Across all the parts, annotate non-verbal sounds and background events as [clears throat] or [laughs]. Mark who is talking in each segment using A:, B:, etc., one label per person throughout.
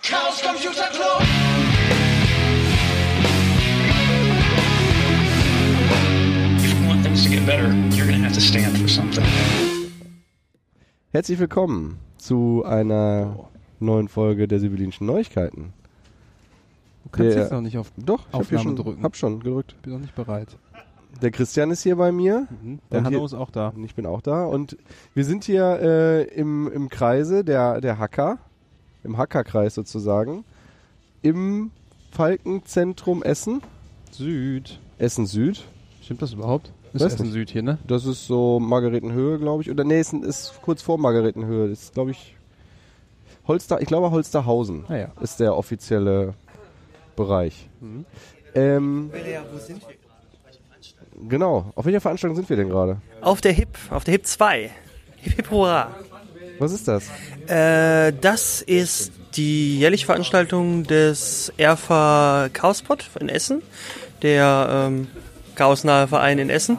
A: Chaos Computer Club.
B: If you want things to get better, you're going to have to stand for something.
C: Herzlich willkommen zu einer neuen Folge der Sibyllinischen Neuigkeiten.
D: Du kannst
C: Der-
D: jetzt noch nicht auf.
C: Doch, ich hab hier
D: Aufnahme
C: schon,
D: drücken.
C: Hab schon gedrückt.
D: Bin noch nicht bereit.
C: Der Christian ist hier bei mir
D: Der
C: Und
D: Hanno
C: hier-
D: ist auch da.
C: und ich bin auch da. Und wir sind hier äh, im, im Kreise der, der Hacker, im Hackerkreis sozusagen, im Falkenzentrum Essen,
D: Süd.
C: Essen Süd.
D: Stimmt das überhaupt? Ist
C: Weiß
D: Essen
C: nicht.
D: Süd hier, ne?
C: Das ist so Margaretenhöhe, glaube ich. Oder nee, ist, ist kurz vor Margaretenhöhe. Das ist, glaube ich, Holster, ich glaube Holsterhausen
D: Ah ja. Mhm.
C: ist der offizielle Bereich. Ähm, genau. Auf welcher Veranstaltung sind wir denn gerade?
E: Auf der HIP, auf der HIP 2. Hip, hip, hurra.
C: Was ist das?
E: Äh, das ist die jährliche Veranstaltung des Erfa Chaospot in Essen, der ähm, chaosnahe Verein in Essen.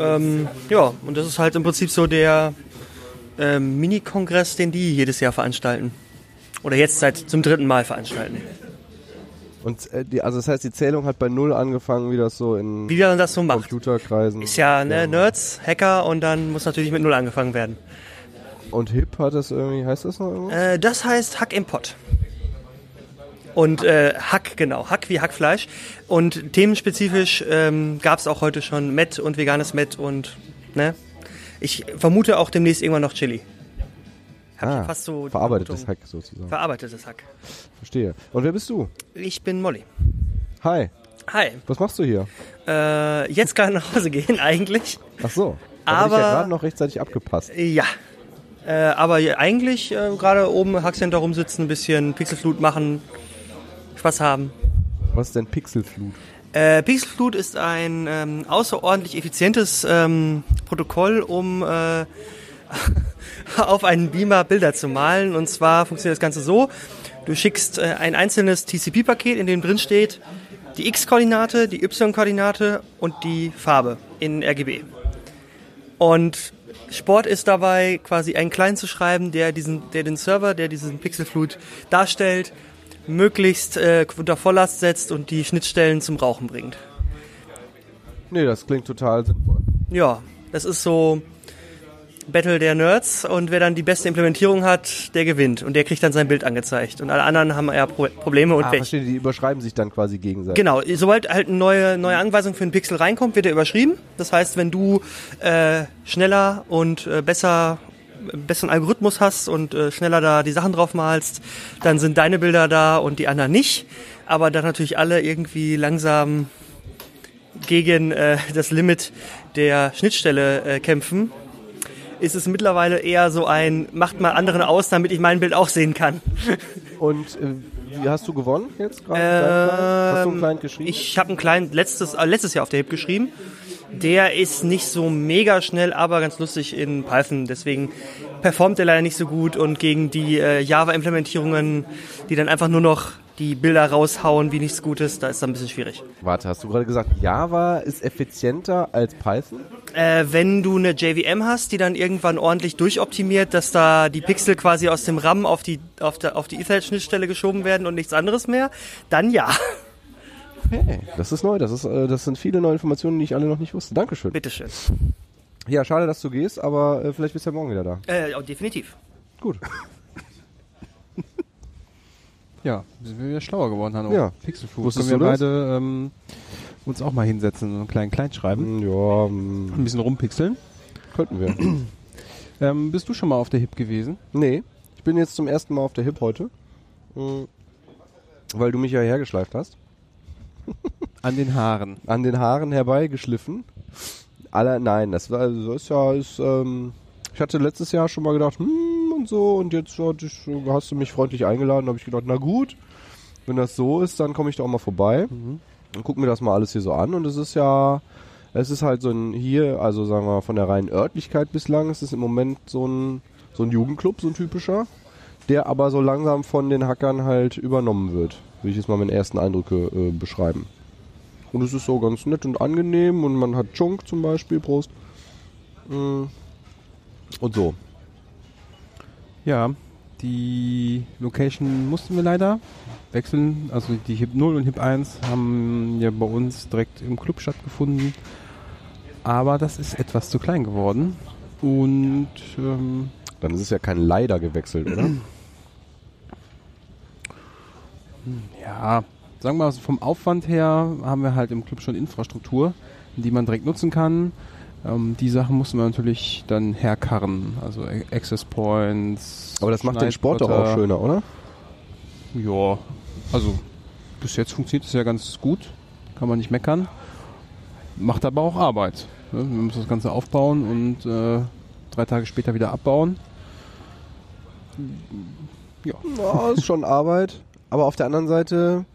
E: Ähm, ja, und das ist halt im Prinzip so der ähm, Mini-Kongress, den die jedes Jahr veranstalten. Oder jetzt seit zum dritten Mal veranstalten.
C: Und äh, die, also das heißt, die Zählung hat bei null angefangen, wie das so in
E: Wie man das so macht.
C: Computerkreisen.
E: Ist ja, ne, Nerds, Hacker und dann muss natürlich mit Null angefangen werden.
C: Und Hip hat das irgendwie, heißt das noch irgendwas?
E: Äh, das heißt Hack im Pott. Und äh, Hack, genau. Hack wie Hackfleisch. Und themenspezifisch ähm, gab es auch heute schon Met und veganes Met und, ne? Ich vermute auch demnächst irgendwann noch Chili. Hab
C: Ah,
E: ich fast so die
C: verarbeitetes
E: Vermutung.
C: Hack halt sozusagen.
E: Verarbeitetes Hack.
C: Verstehe. Und wer bist du?
E: Ich bin Molly.
C: Hi,
E: Hi.
C: was machst du hier?
E: Äh, jetzt kann ich nach Hause gehen [laughs] eigentlich.
C: Ach so.
E: Aber-
C: Hab ich ja gerade noch rechtzeitig abgepasst.
E: Ja. Äh, aber ja, eigentlich äh, gerade oben im Hackcenter rumsitzen, ein bisschen Pixelflut machen, Spaß haben.
C: Was ist denn Pixelflut?
E: Äh, Pixelflut ist ein ähm, außerordentlich effizientes ähm, Protokoll, um äh, [laughs] auf einen Beamer Bilder zu malen. Und zwar funktioniert das Ganze so. Du schickst äh, ein einzelnes TCP-Paket, in dem drin steht die X-Koordinate, die Y-Koordinate und die Farbe in RGB. Und Sport ist dabei, quasi einen Client zu schreiben, der, diesen, der den Server, der diesen Pixelflut darstellt, möglichst äh, unter Volllast setzt und die Schnittstellen zum Rauchen bringt.
C: Nee, das klingt total sinnvoll.
E: Ja, das ist so Battle der Nerds und wer dann die beste Implementierung hat, der gewinnt und der kriegt dann sein Bild angezeigt und alle anderen haben ja Pro Probleme und
C: Ah,
E: Pech.
C: verstehe, die überschreiben sich dann quasi gegenseitig.
E: Genau, sobald halt eine neue, neue Anweisung für einen Pixel reinkommt, wird er überschrieben. Das heißt, wenn du äh, schneller und äh, besser einen besseren Algorithmus hast und äh, schneller da die Sachen drauf malst, dann sind deine Bilder da und die anderen nicht. Aber dann natürlich alle irgendwie langsam gegen äh, das Limit der Schnittstelle äh, kämpfen, ist es mittlerweile eher so ein, macht mal anderen aus, damit ich mein Bild auch sehen kann.
C: Und äh, wie hast du gewonnen jetzt gerade?
E: Ähm,
C: hast du einen Client geschrieben?
E: Ich habe einen kleinen letztes, äh, letztes Jahr auf der Hip geschrieben. Der ist nicht so mega schnell, aber ganz lustig in Python. Deswegen performt er leider nicht so gut und gegen die äh, Java-Implementierungen, die dann einfach nur noch die Bilder raushauen, wie nichts Gutes, da ist es ein bisschen schwierig.
C: Warte, hast du gerade gesagt, Java ist effizienter als Python?
E: Äh, wenn du eine JVM hast, die dann irgendwann ordentlich durchoptimiert, dass da die Pixel quasi aus dem RAM auf die, auf der, auf die Ethernet-Schnittstelle geschoben werden und nichts anderes mehr, dann ja. [laughs]
C: Hey, das ist neu. Das, ist, äh, das sind viele neue Informationen, die ich alle noch nicht wusste. Dankeschön.
E: Bitteschön.
C: Ja, schade, dass du gehst, aber äh, vielleicht bist du ja morgen wieder da.
E: Äh, oh, definitiv.
C: Gut.
D: Ja, sind wir wieder schlauer geworden, Hanno.
C: Ja.
D: Pixelfood.
C: Wusstest
D: Können wir
C: du das?
D: beide ähm, uns auch mal hinsetzen und einen kleinen Klein schreiben.
C: Hm, Ja, hm,
D: Ein bisschen rumpixeln.
C: könnten [clears throat] wir.
D: Ähm, bist du schon mal auf der Hip gewesen?
C: nee, ich bin jetzt zum ersten Mal auf der Hip heute. Hm, Weil du mich ja hergeschleift hast.
D: An den Haaren.
C: an den Haaren herbeigeschliffen. Aller, nein, das war also ist ja ist, ähm, ich hatte letztes Jahr schon mal gedacht, hm, und so, und jetzt hatte ich, hast du mich freundlich eingeladen, habe ich gedacht, na gut, wenn das so ist, dann komme ich doch mal vorbei und guck mir das mal alles hier so an. Und es ist ja, es ist halt so ein hier, also sagen wir mal, von der reinen Örtlichkeit bislang, es ist im Moment so ein, so ein Jugendclub, so ein typischer, der aber so langsam von den Hackern halt übernommen wird, will ich jetzt mal meine ersten Eindrücke äh, beschreiben. Und es ist so ganz nett und angenehm und man hat Chunk zum Beispiel, Prost. Mm. Und so.
D: Ja. Die Location mussten wir leider wechseln. Also die HIP 0 und HIP 1 haben ja bei uns direkt im Club stattgefunden. Aber das ist etwas zu klein geworden. Und ähm,
C: Dann ist es ja kein Leider gewechselt, [clears throat] oder?
D: ja, sagen wir mal, vom Aufwand her haben wir halt im Club schon Infrastruktur, die man direkt nutzen kann. Ähm, die Sachen mussten wir natürlich dann herkarren. Also A- Access Points.
C: Aber das macht den Sport doch
D: Schneidbretter.
C: auch schöner, oder?
D: Ja, also bis jetzt funktioniert es ja ganz gut, kann man nicht meckern. Macht aber auch Arbeit. Ne? Wir müssen das Ganze aufbauen und äh, drei Tage später wieder abbauen.
C: Ja, ist schon Arbeit. Aber auf der anderen Seite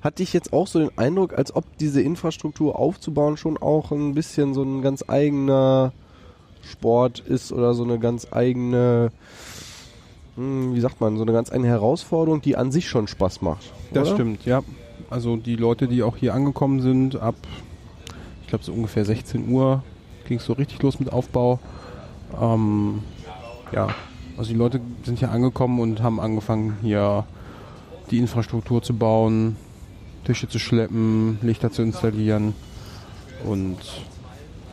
C: hatte ich jetzt auch so den Eindruck, als ob diese Infrastruktur aufzubauen schon auch ein bisschen so ein ganz eigener Sport ist oder so eine ganz eigene, hm, wie sagt man, so eine ganz eigene Herausforderung, die an sich schon Spaß macht.
D: Das
C: oder?
D: stimmt, ja. Also die Leute, die auch hier angekommen sind, ab, ich glaube so ungefähr 16 Uhr ging es so richtig los mit Aufbau. Ähm, ja, also die Leute sind hier angekommen und haben angefangen, hier die Infrastruktur zu bauen, Tische zu schleppen, Lichter zu installieren. Und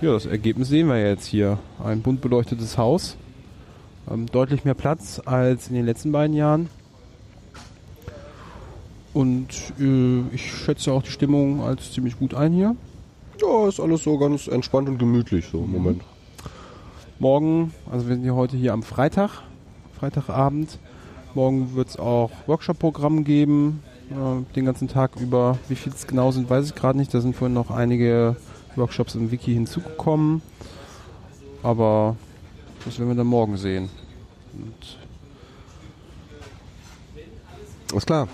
D: ja, das Ergebnis sehen wir jetzt hier. Ein bunt beleuchtetes Haus. Ähm, deutlich mehr Platz als in den letzten beiden Jahren. Und äh, ich schätze auch die Stimmung als ziemlich gut ein hier.
C: Ja, ist alles so ganz entspannt und gemütlich so im Moment.
D: Morgen, also wir sind ja heute hier am Freitag, Freitagabend. Morgen wird es auch Workshop-Programm geben, äh, den ganzen Tag über. Wie viel es genau sind, weiß ich gerade nicht. Da sind vorhin noch einige Workshops im Wiki hinzugekommen. Aber das werden wir dann morgen sehen. Und
C: Alles klar.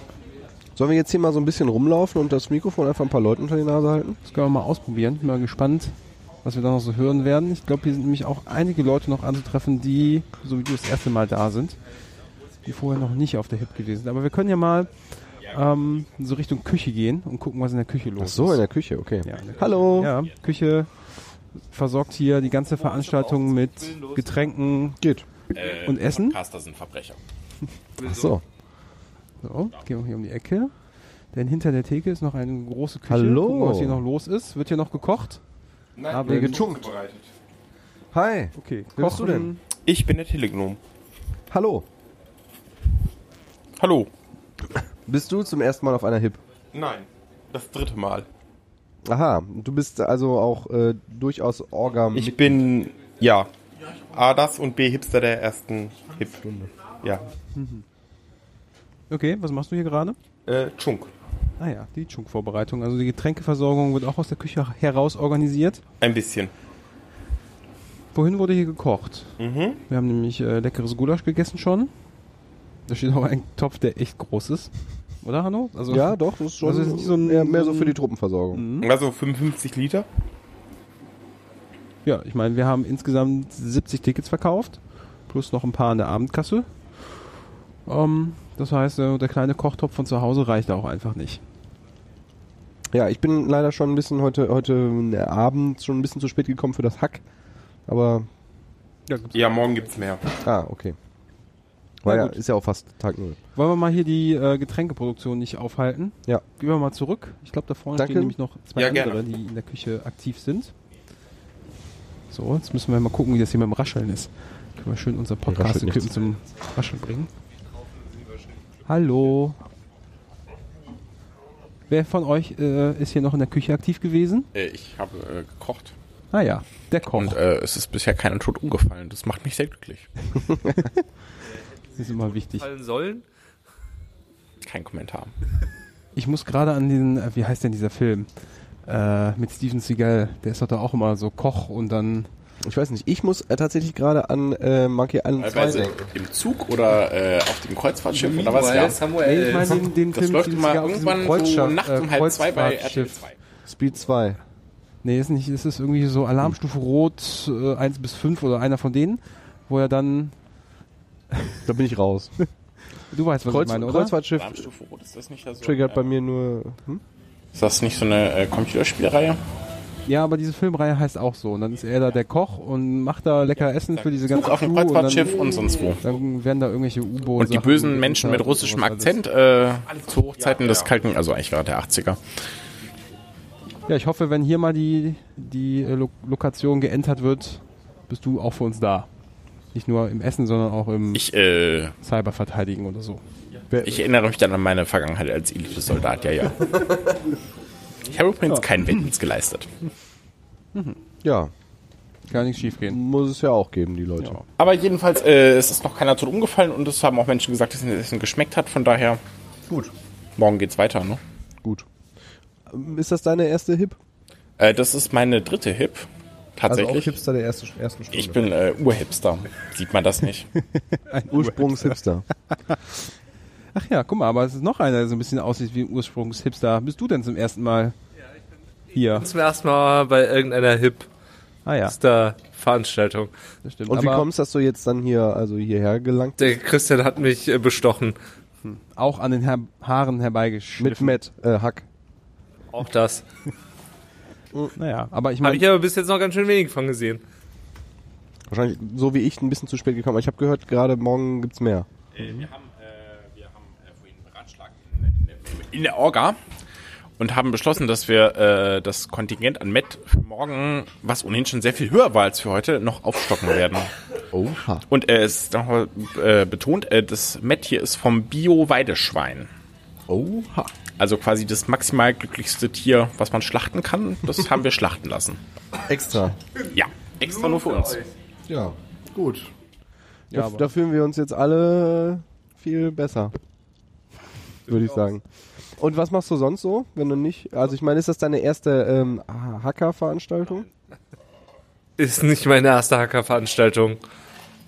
C: Sollen wir jetzt hier mal so ein bisschen rumlaufen und das Mikrofon einfach ein paar Leuten unter die Nase halten?
D: das können wir mal ausprobieren. Bin mal gespannt, was wir da noch so hören werden. Ich glaube, hier sind nämlich auch einige Leute noch anzutreffen, die, so wie du das erste Mal da sind, die vorher noch nicht auf der Hip gewesen sind. Aber wir können ja mal ähm, so Richtung Küche gehen und gucken, was in der Küche los
C: Ach so, in
D: ist.
C: der Küche, okay.
D: Ja, in der Küche.
C: Hallo.
D: ja, Küche versorgt hier die ganze Veranstaltung mit Getränken
C: Geht.
A: Äh,
D: und Essen.
A: Podcaster sind Verbrecher.
C: Ach so.
D: So, gehen wir hier um die Ecke. Denn hinter der Theke ist noch eine große Küche.
C: Hallo.
D: Gucken, wir, was hier noch los ist. Wird hier noch gekocht?
F: Nein,
D: Aber
F: wir
D: wir
F: haben
C: getunkt.
F: zubereitet.
C: Hi.
D: Okay.
C: Wer bist du denn?
A: Ich bin der Telegnom.
C: Hallo.
A: Hallo.
C: Bist du zum ersten Mal auf einer Hip?
F: Nein.
A: Das dritte Mal.
C: Aha, du bist also auch äh, durchaus Orga.
A: Ich bin, ja, A, das und B, Hipster der ersten Hip. Ja.
D: Okay, was machst du hier gerade?
A: Äh, Chunk.
D: Ah ja, die Chunk-Vorbereitung. Also die Getränkeversorgung wird auch aus der Küche heraus organisiert.
A: Ein bisschen.
D: Vorhin wurde hier gekocht.
A: Mhm.
D: Wir haben nämlich äh, leckeres Gulasch gegessen schon. Da steht auch ein Topf, der echt groß ist. Oder, Hanno? Also,
C: ja, doch, das ist schon
D: Also es ist nicht so ein-
C: eher mehr
D: so
C: so Mhm.
D: ein-
C: für die Truppenversorgung.
G: Hm?
A: Also 55 Liter.
D: Ja, ich meine, wir haben insgesamt 70 Tickets verkauft. Plus noch ein paar in der Abendkasse. Ähm, das heißt, äh, der kleine Kochtopf von zu Hause reicht auch einfach nicht.
C: Ja, ich bin leider schon ein bisschen heute, heute Abend schon ein bisschen zu spät gekommen für das Hack. Aber,
A: Ja, morgen gibt's mehr.
C: ah, okay. Weil
D: Na
C: ja,
D: gut.
C: ist ja auch fast Tag Null.
D: Wollen wir mal hier die äh, Getränkeproduktion nicht aufhalten?
C: Ja.
D: Gehen wir mal zurück. Ich glaube, da vorne
C: Danke.
D: stehen nämlich noch zwei
A: Ja,
D: andere,
A: gerne.
D: die in der Küche aktiv sind. So, jetzt müssen wir mal gucken, wie das hier mit dem Rascheln ist. Können wir schön unser
C: raschelt
D: Podcast-Equipment
C: nichts.
D: zum Rascheln bringen. Hallo. Wer von euch äh, ist hier noch in der Küche aktiv gewesen?
A: Äh, ich habe äh, gekocht.
D: Ah ja, der Koch.
A: Und äh, es ist bisher keiner tot umgefallen. Das macht mich sehr glücklich.
D: das ist immer wichtig.
E: Fallen sollen.
A: Kein Kommentar.
D: Ich muss gerade an den, äh, wie heißt denn dieser Film? Äh, mit Steven Seagal. Der ist doch da auch immer so Koch und dann
C: Ich weiß nicht, ich muss äh, tatsächlich gerade an äh, Monkey Island 2
A: Teilweise
C: denken.
A: im Zug oder äh, auf dem Kreuzfahrtschiff oder was? Ja.
F: Samuel.
D: ich meine den, den
A: Äh, Das
D: Film,
A: läuft
D: den es
A: mal
D: gab auf diesem
A: irgendwann so
D: Kreuzschiff-
A: nachts
D: äh,
A: um halb zwei bei RTL
D: Kreuzfahrtschiff.
A: 2.
C: Speed 2.
D: Nee, ist nicht, ist es irgendwie so Alarmstufe Rot äh, 1 bis 5 oder einer von denen, wo er dann,
C: Da bin ich raus.
D: du weißt, was
C: Kreuz,
D: ich meine, oder?
C: Kreuzfahrtschiff
A: Alarmstufe Rot, ist das nicht da so? äh,
C: triggert
A: Ja.
C: bei mir nur. Hm?
A: Ist das nicht so eine äh, Computerspielreihe?
D: Ja, aber diese Filmreihe heißt auch so. Und dann ist er da der Koch und macht da lecker Essen für diese ganze
F: auf dem
D: Crew und
F: Kreuzfahrtschiff und sonst wo.
D: Dann, dann werden da irgendwelche U-Boote.
F: Und die bösen Menschen mit russischem Akzent äh, zu Hochzeiten des Kalten, also eigentlich gerade der 80er.
D: Ja, ich hoffe, wenn hier mal die, die äh, Lo Lokation geentert wird, bist du auch für uns da. Nicht nur im Essen, sondern auch im
F: Ich, äh,
D: Cyberverteidigen oder so.
F: ich erinnere mich dann an meine Vergangenheit als Elite-Soldat, ja, ja. Ich habe übrigens keinen Wettdienst geleistet.
C: Ja,
D: Kann nichts schief gehen.
C: muss es ja auch geben, die Leute.
D: Ja.
F: Aber jedenfalls, äh, es ist noch keiner tot umgefallen und es haben auch Menschen gesagt, dass ihnen das Essen geschmeckt hat. Von daher,
C: Gut.
F: morgen geht's weiter, ne?
C: Gut. Ähm, Ist das deine erste Hip? Also
F: Äh, das ist meine dritte Hip. Tatsächlich.
C: Hipster der erste, ersten Stunde.
F: ich bin äh, Urhipster. Sieht man das nicht?
C: Ursprungshipster.
D: Ach ja, guck mal, aber es ist noch einer, der so ein bisschen aussieht wie ein Ursprungshipster. Bist du denn zum ersten Mal hier?
H: Zum ersten Mal bei irgendeiner
D: Ah ja,
H: Hipster-Veranstaltung.
D: das stimmt.
C: Und wie
D: aber
C: kommst du, dass du jetzt dann hier, also hierher gelangt?
H: Der Christian hat mich äh, bestochen.
D: auch an den Her Haaren
C: Mit
D: herbeigeschliffen.
C: Matt, äh, Hack.
H: Auch das.
D: Naja, aber ich
H: Habe
D: meine,
H: ich aber bis jetzt noch ganz schön wenig von gesehen.
C: Wahrscheinlich so wie ich ein bisschen zu spät gekommen. aber Ich habe gehört, gerade morgen gibt's mehr.
F: Wir haben, äh, wir haben äh, vorhin beratschlagt in, in, in der Orga und haben beschlossen, dass wir äh, das Kontingent an Met für morgen, was ohnehin schon sehr viel höher war als für heute, noch aufstocken werden.
C: Oha.
F: Und äh, es ist nochmal äh, betont, äh, das Met hier ist vom Bio-Weideschwein.
C: Oha.
F: Also quasi das maximal glücklichste Tier, was man schlachten kann, das haben wir schlachten lassen.
C: Extra.
F: Ja, extra nur für uns.
C: Ja, gut.
D: Ja,
C: da,
D: aber-
C: da fühlen wir uns jetzt alle viel besser. Würde ich sagen. Und was machst du sonst so, wenn du nicht. Also, ich meine, ist das deine erste ähm, Hacker-Veranstaltung?
H: Ist nicht meine erste Hacker-Veranstaltung.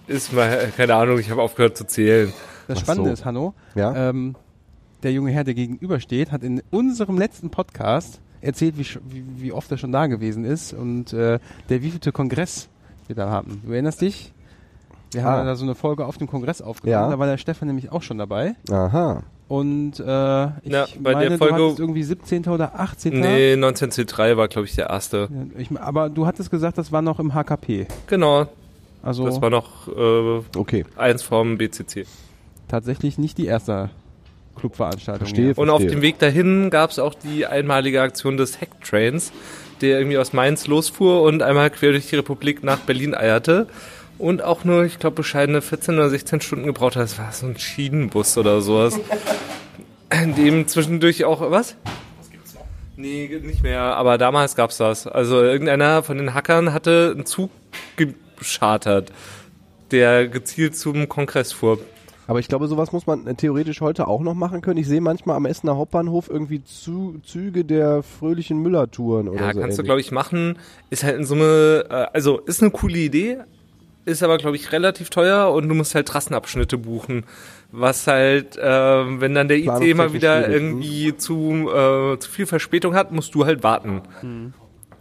H: Ist mal, äh, keine Ahnung, ich habe aufgehört zu zählen.
D: das
C: Ach
D: Spannende
C: so.
D: ist, Hanno,
H: Äh,
C: Ja.
D: ähm, der junge Herr, der gegenübersteht, hat in unserem letzten Podcast erzählt, wie, sch- wie, wie oft er schon da gewesen ist und äh, der wievielte Kongress wir da haben. Du erinnerst dich? Wir haben
C: Ah.
D: da so eine Folge auf dem Kongress aufgenommen,
C: Ja.
D: da war der Stefan nämlich auch schon dabei.
C: Aha.
D: Und äh, ich
H: Ja, bei der
D: meine,
H: Folge-
D: du hattest irgendwie 17. oder 18.
H: Nee, 19C3 war, glaube ich, der erste.
D: Ja, Ich, aber du hattest gesagt, das war noch im HKP.
H: Genau,
D: Also
H: das war noch äh,
C: Okay.
H: eins vom BCC.
D: tatsächlich nicht die erste Clubveranstaltung.
C: Verstehe.
D: hier.
H: Und auf
C: Verstehe.
H: dem Weg dahin gab es auch die einmalige Aktion des Hacktrains, der irgendwie aus Mainz losfuhr und einmal quer durch die Republik nach Berlin eierte. Und auch nur, ich glaube, bescheidene 14 oder 16 Stunden gebraucht hat. Das war so ein Schienenbus oder sowas. In dem zwischendurch auch, was? Nee, gibt nicht mehr. Aber damals gab's das. Also irgendeiner von den Hackern hatte einen Zug geschartert, der gezielt zum Kongress fuhr.
C: Aber ich glaube, sowas muss man äh, theoretisch heute auch noch machen können. Ich sehe manchmal am Essener Hauptbahnhof irgendwie Zu Züge der fröhlichen Müller-Touren oder
H: Ja,
C: so.
H: kannst du,
C: ähnlich.
H: glaube ich, machen. Ist halt in Summe, äh, also ist eine coole Idee, ist aber, glaube ich, relativ teuer und du musst halt Trassenabschnitte buchen. Was halt, ähm, wenn dann der IC mal
C: Planungstechnisch
H: wieder
C: schwierig, ne?
H: irgendwie zu, äh, zu viel Verspätung hat, musst du halt warten.
C: Hm.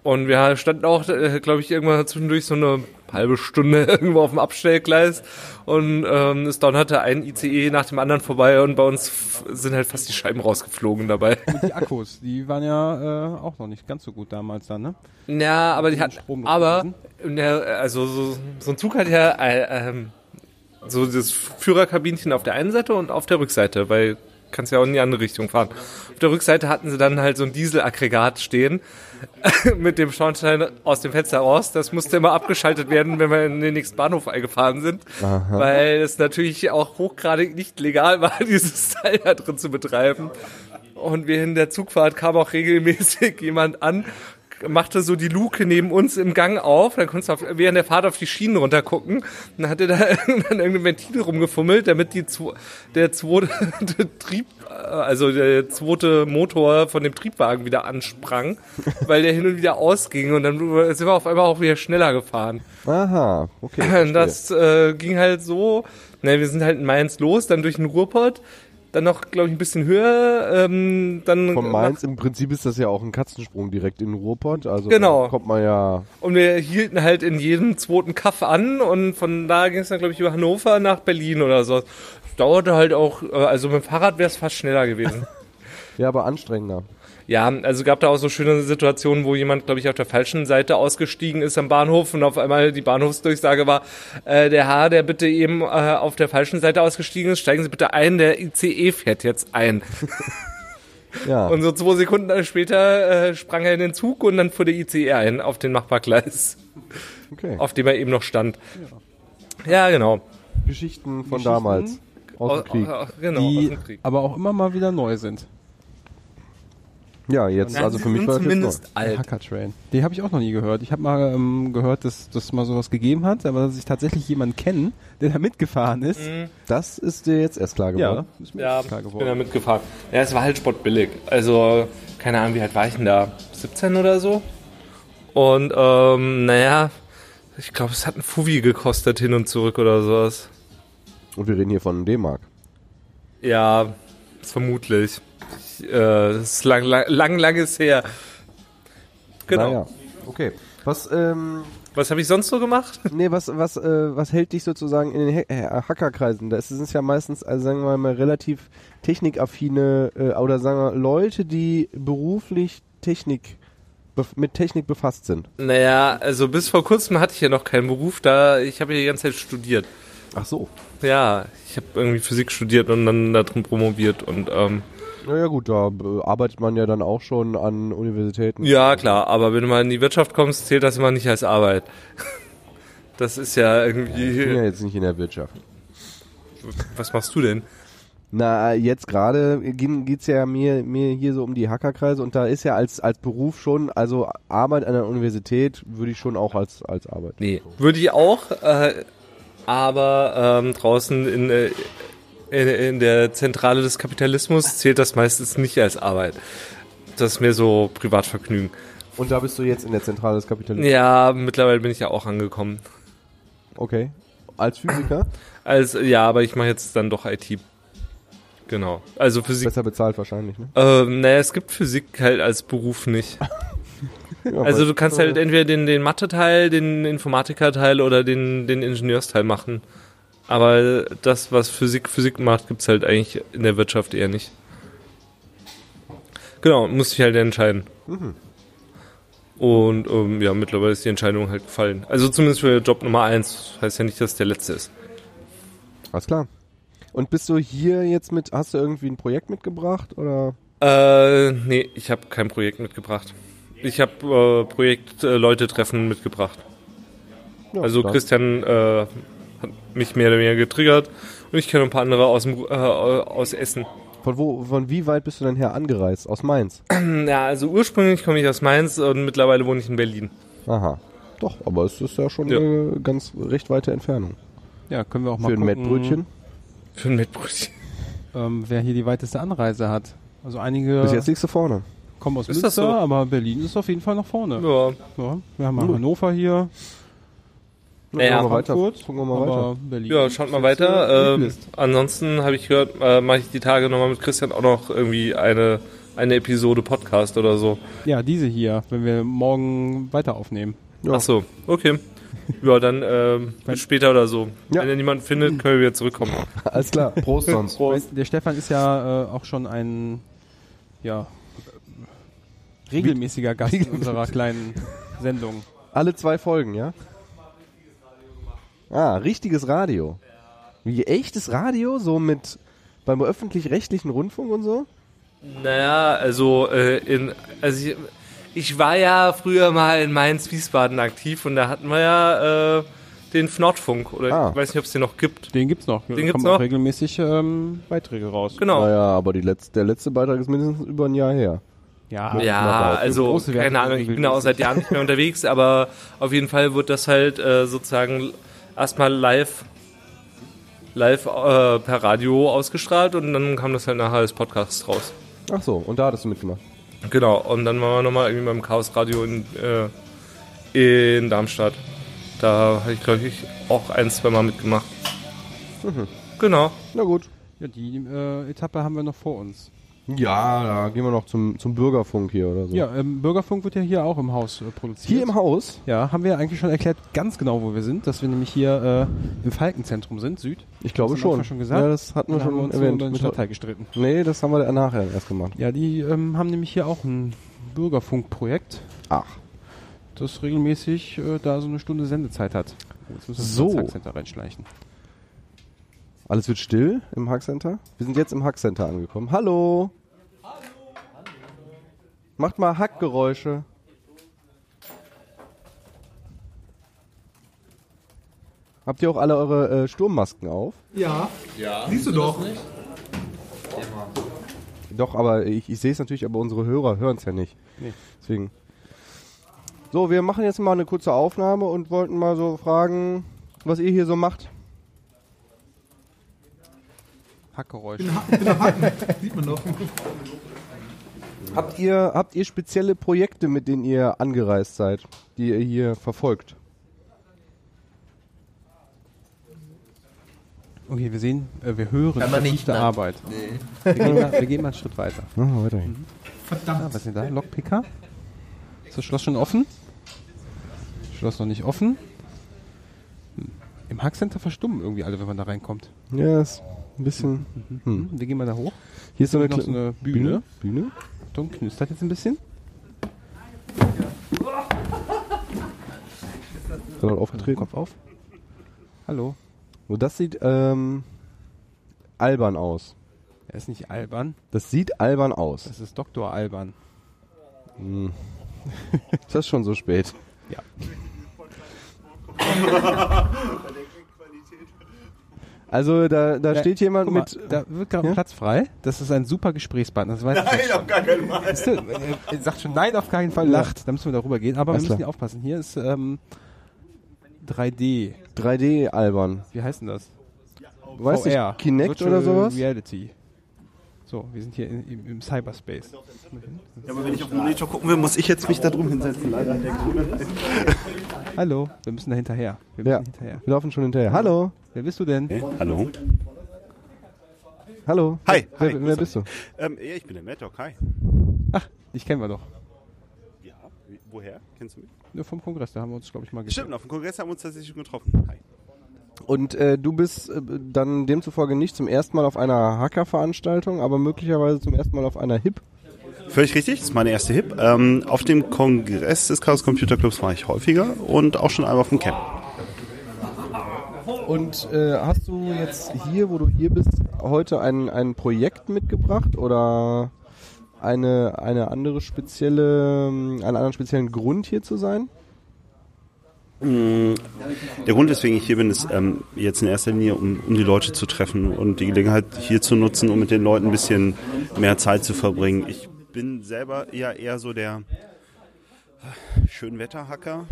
H: Und wir standen auch, äh, glaube ich, irgendwann zwischendurch so eine halbe Stunde [laughs] irgendwo auf dem Abstellgleis und ähm, es donnerte ein ICE nach dem anderen vorbei und bei uns f- sind halt fast die Scheiben rausgeflogen dabei.
D: Die Akkus, die waren ja äh, auch noch nicht ganz so gut damals dann, ne?
H: Ja, aber die hat,
D: Strom
H: aber,
D: gefunden.
H: ja, also so, so ein Zug hat ja äh, ähm, so das Führerkabinchen auf der einen Seite und auf der Rückseite, weil kannst ja auch in die andere Richtung fahren. Auf der Rückseite hatten sie dann halt so ein Dieselaggregat stehen [laughs] mit dem Schornstein aus dem Fenster raus. Das musste immer abgeschaltet werden, wenn wir in den nächsten Bahnhof eingefahren sind, weil es natürlich auch hochgradig nicht legal war, [laughs] dieses Teil da drin zu betreiben. Und während der Zugfahrt kam auch regelmäßig [laughs] jemand an, machte so die Luke neben uns im Gang auf, dann konntest du auf, während der Fahrt auf die Schienen runter gucken, dann hat er da [laughs] irgendwann irgendein Ventil rumgefummelt, damit die zwo- der zweite [laughs] Trieb, äh, also der zweite Motor von dem Triebwagen wieder
C: [laughs]
H: ansprang, weil der hin und wieder ausging und dann sind wir auf einmal auch wieder schneller gefahren.
C: Aha,
H: [clears throat]
C: okay. verstehe.
H: Das äh, ging halt so. Ne, wir sind halt in Mainz los, dann durch den Ruhrpott, dann noch, glaube ich, ein bisschen höher. Ähm, dann
C: Von Mainz, im Prinzip ist das ja auch ein Katzensprung direkt in den Ruhrpott. Also
H: Genau.
C: da kommt man ja.
H: Und wir hielten halt in jedem zweiten Kaff an und von da ging es dann, glaube ich, über Hannover nach Berlin oder so. Es dauerte halt auch, äh, also mit dem Fahrrad wäre es fast schneller gewesen.
C: Ja, aber anstrengender.
H: Ja, also gab da auch so schöne Situationen, wo jemand, glaube ich, auf der falschen Seite ausgestiegen ist am Bahnhof und auf einmal die Bahnhofsdurchsage war, äh, der Herr, der bitte eben äh, auf der falschen Seite ausgestiegen ist, steigen Sie bitte ein, der ICE fährt jetzt ein.
C: Ja.
H: Und so zwei Sekunden später äh, sprang er in den Zug und dann fuhr der ICE ein auf den Machbargleis,
C: okay.
H: auf dem er eben noch stand. Ja, genau.
C: Geschichten von damals. Aus dem Krieg.
H: Au- au- genau, aus
D: die
H: dem Krieg.
D: aber auch immer mal wieder neu sind.
C: Ja, jetzt, also für mich war das jetzt
H: zumindest
C: neu.
D: Der
H: alt.
D: Hacker Train. Die habe ich auch noch nie gehört. Ich habe mal ähm, gehört, dass das mal sowas gegeben hat, aber dass ich tatsächlich jemanden kenne, [laughs] der da mitgefahren ist.
H: Mhm.
C: Das ist dir jetzt erst klar geworden.
D: ist mir
H: Ja,
D: jetzt klar
H: ich bin da
D: geworden.
H: mitgefahren. Ja, es war halt sportbillig. Also, keine Ahnung, wie alt war ich denn da? 17 oder so? Und, ähm, naja, ich glaube, es hat ein Fuvi gekostet, hin und zurück oder sowas.
C: Und wir reden hier von D-Mark.
H: Ja, vermutlich. Ich, äh, das ist lang, lang, lang, langes her. Genau.
C: Naja. Okay. Was, ähm, [laughs]
H: Was habe ich sonst so gemacht?
C: nee, was, was, äh, was hält dich sozusagen in den He- äh, Hackerkreisen? Das sind ja meistens, also sagen wir mal, relativ technikaffine äh, oder sagen wir Leute, die beruflich Technik bef- mit Technik befasst sind.
H: naja, also bis vor kurzem hatte ich ja noch keinen Beruf, da ich habe ja die ganze Zeit studiert.
C: Ach so.
H: Ja, ich habe irgendwie Physik studiert und dann da drin promoviert und ähm,
C: Naja gut, da äh, arbeitet man ja dann auch schon an Universitäten.
H: Ja, klar, aber wenn du mal in die Wirtschaft kommst, zählt das immer nicht als Arbeit. [laughs] Das ist ja
C: Ich bin ja
H: irgendwie.
C: jetzt nicht in der Wirtschaft.
H: Was machst du denn?
C: Na, jetzt gerade ging- geht's ja mir, mir hier so um die Hackerkreise und da ist ja als, als Beruf schon, also Arbeit an der Universität würde ich schon auch als, als Arbeit.
H: Nee. Würde ich auch, äh, aber ähm, draußen in, äh, in, in der Zentrale des Kapitalismus zählt das meistens nicht als Arbeit. Das ist mehr so Privatvergnügen.
C: Und da bist du jetzt in der Zentrale des Kapitalismus.
H: Ja, mittlerweile bin ich ja auch angekommen.
C: Okay. Als Physiker?
H: Also, ja, aber ich mache jetzt dann doch IT. Genau. Also Physik.
C: Besser bezahlt wahrscheinlich, ne?
H: Ähm, naja, es gibt Physik halt als Beruf nicht.
C: Ja,
H: Also
C: weil-
H: du kannst halt entweder den, den Mathe-Teil, den Informatiker-Teil oder den, den Ingenieursteil machen. Aber das, was Physik Physik macht, gibt's halt eigentlich in der Wirtschaft eher nicht. Genau, muss ich halt entscheiden. Und ähm, ja, mittlerweile ist die Entscheidung halt gefallen. Also zumindest für Job Nummer eins Heißt ja nicht, dass der letzte ist.
C: Alles klar. Und bist du hier jetzt mit, hast du irgendwie ein Projekt mitgebracht oder?
H: Äh, nee, ich habe kein Projekt mitgebracht. Ich habe äh, Projekt äh, Leute treffen mitgebracht.
C: Ja,
H: Also
C: stark.
H: Christian äh, hat mich mehr oder weniger getriggert und ich kenne ein paar andere aus, dem, äh, aus Essen.
C: Von wo, von wie weit bist du denn her angereist? Aus Mainz?
H: Ja, also ursprünglich komme ich aus Mainz und mittlerweile wohne ich in Berlin.
C: Aha. Doch, aber es ist ja schon
H: Ja.
C: eine ganz recht weite Entfernung.
D: Ja, können wir auch mal
C: Für ein
D: gucken,
C: Mettbrötchen.
H: Für ein Mettbrötchen.
D: ähm, wer hier die weiteste Anreise hat. Also einige
C: Bis jetzt liegst du vorne.
D: kommen aus
H: Ist
D: Münster,
H: das so?
D: aber Berlin ist auf jeden Fall noch vorne.
H: Ja.
D: Ja, wir haben
C: Gut.
D: Hannover hier,
C: Na,
H: Ja,
C: gucken wir weiter.
D: Frankfurt,
C: Gucken wir mal
D: aber
C: weiter.
D: Berlin.
H: ja, schaut mal
D: ist jetzt,
H: weiter.
D: äh,
H: Ähm,
D: Blacklist.
H: ansonsten habe ich gehört, äh, mache ich die Tage nochmal mit Christian auch noch irgendwie eine, eine Episode Podcast oder so.
D: ja, diese hier, wenn wir morgen weiter aufnehmen.
C: Ja.
H: Ach so, okay. Ja, dann ähm, bis später oder so.
C: Ja.
H: Wenn ihr niemanden findet, können wir wieder zurückkommen.
C: Alles klar. Prost sonst.
D: Der Stefan ist ja äh, auch schon ein ja, regelmäßiger Gast in unserer kleinen Sendung.
C: Alle zwei Folgen, ja? Ah, richtiges Radio. Wie echtes Radio, so mit beim öffentlich-rechtlichen Rundfunk und so?
H: Naja, also, äh, in, also ich, ich war ja früher mal in Mainz-Wiesbaden aktiv und da hatten wir ja äh, den Nordfunk oder
C: Ah.
H: ich weiß nicht, ob es den noch gibt.
D: Den gibt's noch. Den
H: gibt's
D: kommen
H: noch?
D: auch regelmäßig ähm, Beiträge raus.
H: Genau.
C: Naja, aber die letzte, der letzte Beitrag ist mindestens über ein Jahr her.
D: Ja,
H: Ja, also
D: Große Werke
H: keine Ahnung, ich bin da auch
D: regelmäßig.
H: seit Jahren nicht mehr unterwegs, aber auf jeden Fall wird das halt äh, sozusagen erstmal live live äh, per Radio ausgestrahlt und dann kam das halt nachher als Podcast raus.
C: Ach so, und da hattest du mitgemacht.
H: Genau, und dann waren wir nochmal irgendwie beim Chaos Radio in, äh, in Darmstadt. Da habe ich, glaube ich, auch ein, zwei Mal mitgemacht. Genau.
I: Mhm.
C: Na gut.
D: Ja, die äh, Etappe haben wir noch vor uns.
C: Ja, da gehen wir noch zum, zum Bürgerfunk hier oder so.
D: Ja, ähm, Bürgerfunk wird ja hier auch im Haus äh, produziert.
C: Hier im Haus,
D: Ja, haben wir eigentlich schon erklärt, ganz genau, wo wir sind, dass wir nämlich hier äh, im Falkenzentrum sind, Süd.
C: ich glaube
D: Das haben wir
C: schon.
D: schon gesagt.
C: Ja, das hatten wir
D: Da
C: schon
D: haben wir uns so
C: erwähnt.
D: über den
C: Mit-
D: Stadtteil gestritten.
C: nee, das haben wir dann nachher erst gemacht.
D: Ja, die ähm, haben nämlich hier auch ein Bürgerfunkprojekt,
C: Ach,
D: das regelmäßig äh, da so eine Stunde Sendezeit hat. Oh, Jetzt müssen wir
C: So.
D: ins Falkcenter reinschleichen.
C: alles wird still im Hackcenter. Wir sind jetzt im Hackcenter angekommen. Hallo. Hallo. Macht mal Hackgeräusche. Habt ihr auch alle eure äh, Sturmmasken auf?
J: Ja. Siehst du doch.
C: Doch, aber ich, ich sehe es natürlich, aber unsere Hörer hören es ja nicht. Deswegen. So, wir machen jetzt mal eine kurze Aufnahme und wollten mal so fragen, was ihr hier so macht.
D: Hackgeräusch.
J: Sieht man doch.
C: Habt ihr, habt ihr spezielle Projekte, mit denen ihr angereist seid, die ihr hier verfolgt?
D: Okay, wir sehen, äh, wir hören
K: Kann man nicht,
D: vertiefte
K: ne?
D: Arbeit. Wir, gehen mal, wir gehen mal einen Schritt weiter.
C: Ah, weiterhin.
D: Ah,
J: Verdammt.
D: was ist denn da? Lockpicker? Ist das Schloss schon offen? Schloss noch nicht offen. Hm. Im Hackcenter verstummen irgendwie alle, wenn man da reinkommt.
C: Ja, ist ein bisschen.
D: Hm, Wir gehen mal da hoch.
C: Hier ist so eine,
D: Noch
C: kle-
D: so eine Bühne.
C: Bühne?
D: Achtung, knistert jetzt ein bisschen.
C: Ist da dort aufgetreten?
D: Kopf auf. Hallo.
C: So, das sieht ähm, albern aus.
D: Er ist nicht albern,
C: Das sieht albern aus.
D: das ist Dr. Alban.
C: Ist das schon so spät?
D: Ja.
C: Also da, da
D: Ja,
C: steht jemand
D: Guck mal,
C: mit. äh,
D: da wird gerade ein
C: Ja?
D: Platz frei. Das ist ein super Gesprächspartner. Das weiß nein, auf gar keinen Fall. äh, Er sagt schon nein, auf keinen Fall. Lacht. Da müssen wir darüber gehen. Aber
C: Alles
D: wir müssen
C: klar.
D: hier aufpassen. Hier ist ähm, 3D.
C: 3D albern.
D: Wie heißt denn das?
C: Weißt du, Kinect oder sowas?
D: Reality. So, wir sind hier in, im, im Cyberspace.
G: Aber wenn ich auf den Monitor gucken will, muss ich jetzt mich da drum hinsetzen, leider.
D: Hallo, wir müssen da hinterher. Wir müssen
C: Ja,
D: hinterher.
C: wir laufen schon hinterher. Hallo,
D: Wer bist du denn?
G: Hallo?
C: hallo.
G: Hi,
C: Wer,
G: hi,
C: wer
G: grüß
C: bist du?
G: Ähm, ja, ich bin der Mad Dog, hi.
D: Ich kenne wir doch.
G: Ja, wie- woher? Kennst du mich?
D: Nur vom Kongress, da haben wir uns, glaube ich, mal gesehen.
G: Stimmt, auf dem Kongress haben wir uns tatsächlich schon getroffen. Hi.
C: Und äh, du bist äh, dann demzufolge nicht zum ersten Mal auf einer Hacker-Veranstaltung, aber möglicherweise zum ersten Mal auf einer HIP.
G: Völlig richtig, das ist meine erste Hip. Ähm, auf dem Kongress des Chaos Computer Clubs war ich häufiger und auch schon einmal auf dem Camp.
C: Und äh, hast du jetzt hier, wo du hier bist, heute ein, ein Projekt mitgebracht oder eine, eine andere spezielle, ähm, einen anderen speziellen Grund hier zu sein?
G: Der Grund, weswegen ich hier bin, ist ähm, jetzt in erster Linie, um, um die Leute zu treffen und die Gelegenheit hier zu nutzen, um mit den Leuten ein bisschen mehr Zeit zu verbringen. Ich bin selber ja eher so der äh, Schönwetterhacker.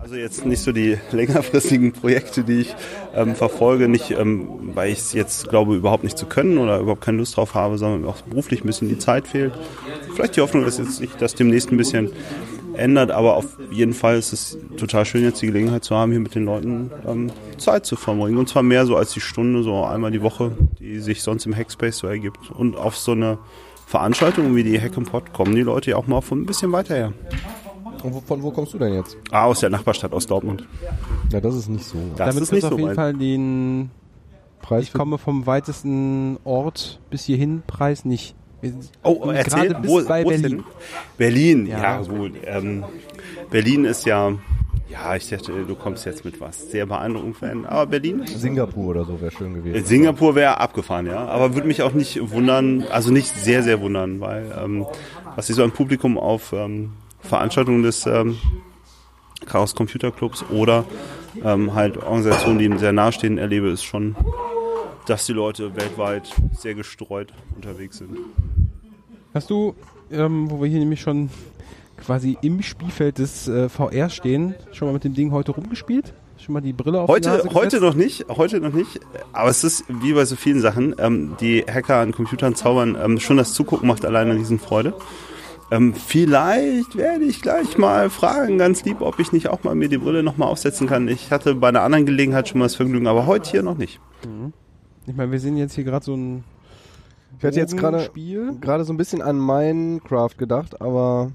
G: Also jetzt nicht so die [laughs] längerfristigen Projekte, die ich ähm, verfolge, nicht ähm, weil ich es jetzt glaube überhaupt nicht zu können oder überhaupt keine Lust drauf habe, sondern auch beruflich ein bisschen die Zeit fehlt. Vielleicht die Hoffnung, dass jetzt sich das demnächst ein bisschen ändert, aber auf jeden Fall ist es total schön, jetzt die Gelegenheit zu haben, hier mit den Leuten ähm, Zeit zu verbringen. Und zwar mehr so als die Stunde, so einmal die Woche, die sich sonst im Hackspace so ergibt. Und auf so eine Veranstaltung wie die Hack and Pod kommen die Leute ja auch mal von ein bisschen weiter her.
C: Und wo- von wo kommst du denn jetzt?
G: Ah, aus der Nachbarstadt, aus Dortmund.
C: Ja, das ist nicht so.
G: Das
D: Damit
G: ist nicht
D: auf
G: so
D: jeden
G: weit.
D: Fall den
C: Preis
D: Ich komme vom weitesten Ort bis hierhin, Preis nicht. Wir sind-
G: Oh,
D: sind
G: erzähl,
D: gerade bis
G: wo,
D: bei
G: wo ist
D: Berlin.
G: Denn? Berlin,
D: Ja.
G: ja, gut. Ähm, Berlin ist ja, ja, ich dachte, du kommst jetzt mit was sehr beeindruckend verändert. Aber Berlin ist
C: Singapur oder so wäre schön gewesen.
G: Singapur wäre abgefahren, ja. Aber würde mich auch nicht wundern, also nicht sehr, sehr wundern, weil ähm, was ich so ein Publikum auf ähm, Veranstaltungen des ähm, Chaos Computer Clubs oder ähm, halt Organisationen, die ihm sehr nahestehen, erlebe, ist schon, dass die Leute weltweit sehr gestreut unterwegs sind.
D: Hast du, ähm, wo wir hier nämlich schon quasi im Spielfeld des äh, VR stehen, schon mal mit dem Ding heute rumgespielt? Schon mal die Brille auf die
G: Heute,
D: Nase
G: heute
D: gesetzt?
G: noch nicht, heute noch nicht. Aber es ist wie bei so vielen Sachen, ähm, die Hacker an Computern zaubern, ähm, schon das Zugucken macht alleine Riesenfreude. Ähm, vielleicht werde ich gleich mal fragen, ganz lieb, ob ich nicht auch mal mir die Brille nochmal aufsetzen kann. Ich hatte bei einer anderen Gelegenheit schon mal das Vergnügen, aber heute hier noch nicht.
D: Ich meine, wir sehen jetzt hier gerade so ein
C: Ich hatte jetzt gerade
D: Spiel.
C: gerade so ein bisschen an Minecraft gedacht, aber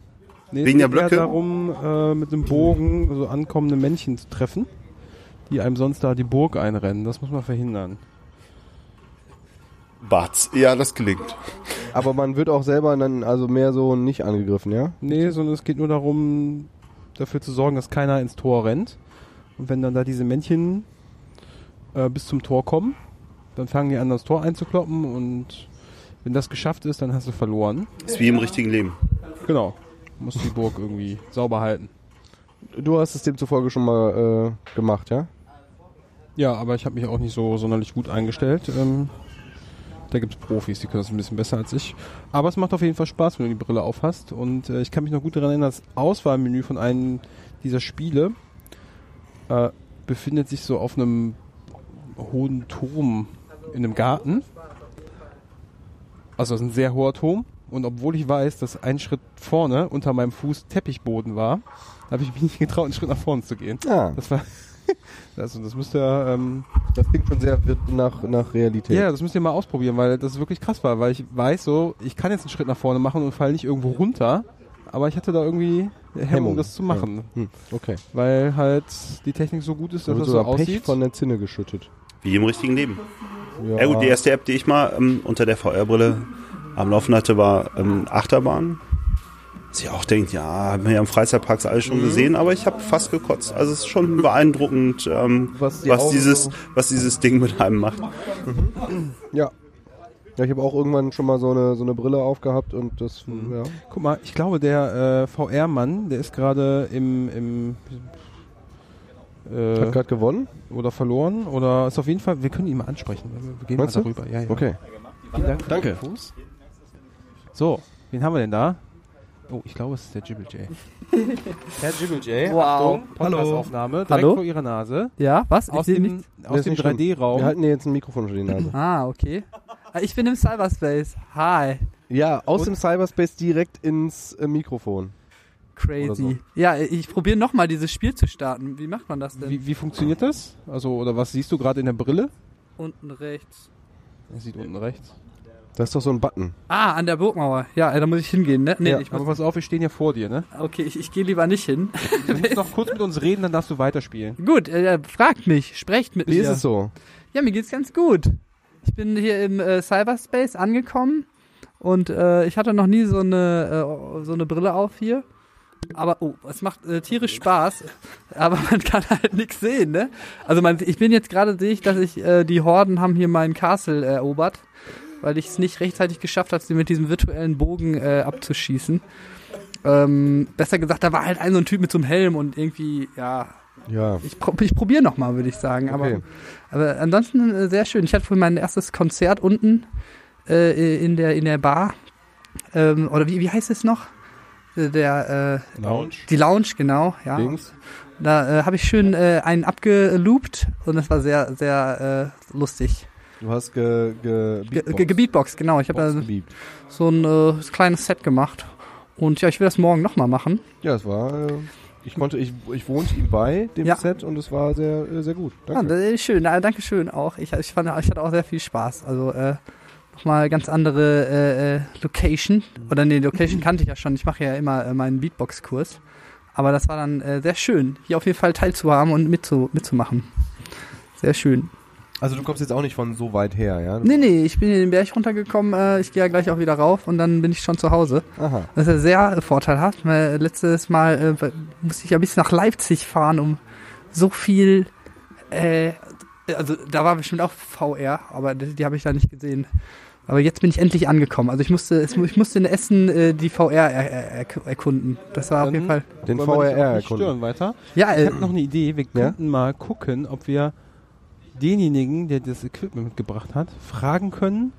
D: Nee,
G: Wegen der
D: es geht eher
G: Blöcke?
D: darum, äh, mit einem Bogen so ankommende Männchen zu treffen, die einem sonst da die Burg einrennen. Das muss man verhindern.
G: Batz. Ja, das gelingt.
C: aber man wird auch selber dann also mehr so nicht angegriffen, ja?
D: Nee, sondern es geht nur darum, dafür zu sorgen, dass keiner ins Tor rennt. Und wenn dann da diese Männchen äh, bis zum Tor kommen, dann fangen die an, das Tor einzukloppen und wenn das geschafft ist, dann hast du verloren.
G: Ist wie im richtigen Leben.
D: Genau. Musst die Burg irgendwie sauber halten.
C: Du hast es demzufolge schon mal äh, gemacht, ja?
D: Ja, aber ich habe mich auch nicht so sonderlich gut eingestellt. Ähm, da gibt's Profis, die können das ein bisschen besser als ich. Aber es macht auf jeden Fall Spaß, wenn du die Brille auf hast. Und äh, ich kann mich noch gut daran erinnern, das Auswahlmenü von einem dieser Spiele äh, befindet sich so auf einem hohen Turm in einem Garten. Also das ist ein sehr hoher Turm. Und obwohl ich weiß, dass ein Schritt vorne unter meinem Fuß Teppichboden war, habe ich mich nicht getraut, einen Schritt nach vorne zu gehen.
C: Ah.
D: Das war. [laughs] Also das müsst ihr, ähm,
C: Das klingt schon sehr wird nach, nach Realität.
D: ja, das müsst ihr mal ausprobieren, weil das wirklich krass war, weil ich weiß so, ich kann jetzt einen Schritt nach vorne machen und falle nicht irgendwo runter, aber ich hatte da irgendwie Hemmung,
C: Hemmung,
D: das zu machen,
C: Hm, okay.
D: weil halt die Technik so gut ist,
C: Da
D: dass
C: wird
D: das so
C: sogar Pech
D: aussieht.
C: von der Zinne geschüttet.
G: Wie im richtigen Leben.
C: Ja,
G: Ja, gut, Oh, die erste App, die ich mal ähm, unter der VR-Brille am Laufen hatte, war ähm, Achterbahn. Dass ich auch denkt, ja, haben wir ja im Freizeitpark alles schon gesehen, aber ich habe fast gekotzt. Also es ist schon beeindruckend, ähm,
C: Was
G: was,
C: die Augen
G: dieses,
C: so-
G: was dieses Ding mit einem macht.
C: Ja. Ja, ich habe auch irgendwann schon mal so eine, so eine Brille aufgehabt und das, ja.
D: Guck mal, ich glaube, der äh, VR-Mann, der ist gerade im, im
C: Hat
D: äh,
C: gerade gewonnen.
D: oder verloren oder ist auf jeden Fall, wir können ihn mal ansprechen. Wir- Wir gehen
C: Meinst
D: mal
C: du?
D: darüber. Ja, ja.
C: Okay.
D: Vielen Dank. Danke. So, wen haben wir denn da? Oh, ich glaube, es ist der Jibble
K: [laughs]
D: J. Herr Jibble J,
K: Wow.
D: Achtung, Podcastaufnahme direkt
K: Hallo?
D: vor Ihrer Nase.
K: Ja, was? Ich
D: Aus
K: sehe
D: dem,
K: nichts.
D: aus
C: ist
D: dem
C: nicht schlimm. Wir
D: 3D-Raum.
C: halten dir jetzt ein Mikrofon unter die Nase.
K: Ah, okay. Ah, Ich bin im Cyberspace. Hi.
C: Ja, aus dem Cyberspace direkt ins äh, Mikrofon. Oder
K: Crazy.
C: so.
K: Ja, ich probiere nochmal dieses Spiel zu starten. Wie macht man das denn?
D: Wie, wie funktioniert das? Also, oder was siehst du gerade in der Brille?
K: Unten rechts.
D: Er sieht unten rechts.
C: Das ist doch so ein Button.
K: Ah, an der Burgmauer. Ja, äh, da muss ich hingehen, ne? Nee,
C: Ja,
K: ich
D: Aber
K: muss,
D: pass auf, wir stehen ja vor dir, ne?
K: okay, ich, ich gehe lieber nicht hin. [laughs]
D: Du musst noch kurz mit uns reden, dann darfst du weiterspielen.
K: Gut, äh, fragt mich, sprecht mit
C: Wie
K: mir.
C: ist es so?
K: Ja, mir geht's ganz gut. Ich bin hier im äh, Cyberspace angekommen und äh, ich hatte noch nie so eine, äh, so eine Brille auf hier. Aber oh, es macht äh, tierisch Spaß, aber man kann halt nichts sehen, ne? Also man, ich bin jetzt gerade sehe ich, dass ich äh, die Horden haben hier meinen Castle erobert, weil ich es nicht rechtzeitig geschafft habe, sie mit diesem virtuellen Bogen äh, abzuschießen. Ähm, besser gesagt, da war halt ein so ein Typ mit so einem Helm und irgendwie, ja,
C: Ja.
K: ich, prob ich probiere nochmal, würde ich sagen. Aber,
C: Okay.
K: aber ansonsten äh, sehr schön. Ich hatte vorhin mein erstes Konzert unten äh, in, der, in der Bar. Ähm, oder wie, wie heißt es noch? Äh, Der, äh,
D: Lounge.
K: die Lounge, genau. Ja.
C: Links.
K: Da äh, habe ich schön äh, einen abgeloopt und das war sehr, sehr äh, lustig.
C: Du hast ge, ge,
K: Ge-
C: Beatbox.
K: ge- Gebeatbox, genau. Ich habe
C: Box
K: da
C: gebiebt.
K: so ein äh, kleines Set gemacht. Und ja, ich will das morgen nochmal machen.
C: Ja, es war. Äh, ich konnte, ich, ich wohnte ihm bei dem
K: Ja.
C: Set und es war sehr, äh, sehr gut.
K: Ah,
C: Danke.
K: das ist schön, Na, danke schön auch. Ich, ich, fand, ich hatte auch sehr viel Spaß. Also äh, nochmal ganz andere äh, äh, Location. Oder nee, Location kannte ich ja schon. Ich mache ja immer äh, meinen Beatbox-Kurs. Aber das war dann äh, sehr schön, hier auf jeden Fall teilzuhaben und mitzu, mitzumachen. Sehr schön.
C: Also du kommst jetzt auch nicht von so weit her, ja?
K: Nee, nee, ich bin in den Berg runtergekommen. Äh, ich gehe ja gleich auch wieder rauf und dann bin ich schon zu Hause.
C: Aha.
K: Das ist ja sehr äh, vorteilhaft. weil Letztes Mal äh, musste ich ja bis nach Leipzig fahren, um so viel. Äh, also da war bestimmt auch VR, aber die, die habe ich da nicht gesehen. Aber jetzt bin ich endlich angekommen. Also ich musste, es, mu- ich musste in Essen äh, die VR er, er, er, erkunden. Das war auf
D: Dann-
K: jeden Fall.
C: Den
D: Wollen wir dich auch
C: VRR
D: nicht
C: erkunden.
D: stören weiter.
K: Ja,
D: Ich
K: äh,
C: Ähm,
D: habe noch eine Idee. Wir könnten mal gucken, ob wir denjenigen, der das Equipment mitgebracht hat, fragen können,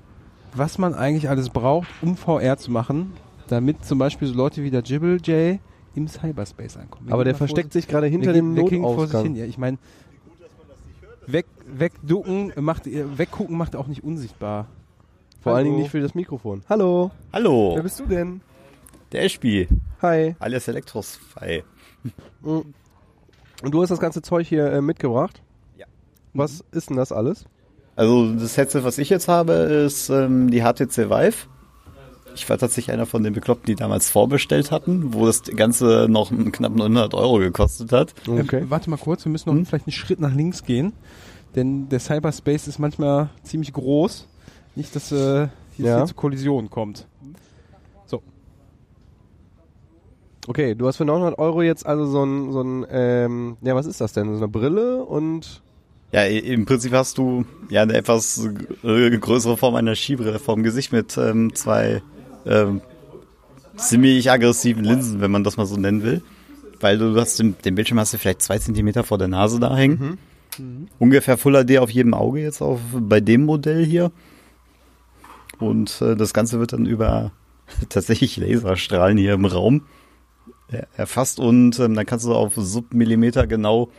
D: was man eigentlich alles braucht, um VR zu machen, damit zum Beispiel so Leute wie der Jibble J im Cyberspace ankommen. Wir
C: Aber
D: gehen
C: der
D: mal
C: versteckt
D: vorsichtig-
C: sich gerade
D: wir
C: hinter
D: gehen-
C: dem
D: wir gehen vorsichtig hin.
C: Notausgang.
D: Ja, ich meine, weg, wegducken macht, äh, weggucken macht auch nicht unsichtbar.
C: Vor allen
D: Hallo.
C: Dingen nicht für das Mikrofon. Hallo, wer
I: Hallo,
C: bist du denn?
I: der Spiel,
C: Hi. Mm.
I: alias Elektrosfei.
C: Und du hast das ganze Zeug hier äh, mitgebracht?
I: Ja.
C: Was ist denn das alles?
I: Also das Headset, was ich jetzt habe, ist ähm, die HTC Vive. Ich war tatsächlich einer von den Bekloppten, die damals vorbestellt hatten, wo das Ganze noch einen knappen 100 Euro gekostet hat.
D: Ähm, warte mal kurz, wir müssen noch vielleicht einen Schritt nach links gehen, denn der Cyberspace ist manchmal ziemlich groß. Nicht, dass äh, hier
C: Ja.
D: hier zu Kollisionen kommt.
C: Okay, du hast für 900 Euro jetzt also so ein, so ein ähm, ja, was ist das denn? So eine Brille und
I: Ja, i- im Prinzip hast du ja eine etwas äh, größere Form einer Skibrille vorm Gesicht mit ähm, zwei ähm, ziemlich aggressiven Linsen, wenn man das mal so nennen will. Weil du hast den, den Bildschirm hast du vielleicht zwei Zentimeter vor der Nase da hängen. Ungefähr Full HD auf jedem Auge jetzt auf, bei dem Modell hier. Und äh, das Ganze wird dann über tatsächlich Laserstrahlen hier im Raum er- erfasst und ähm, dann kannst du auf Submillimeter genau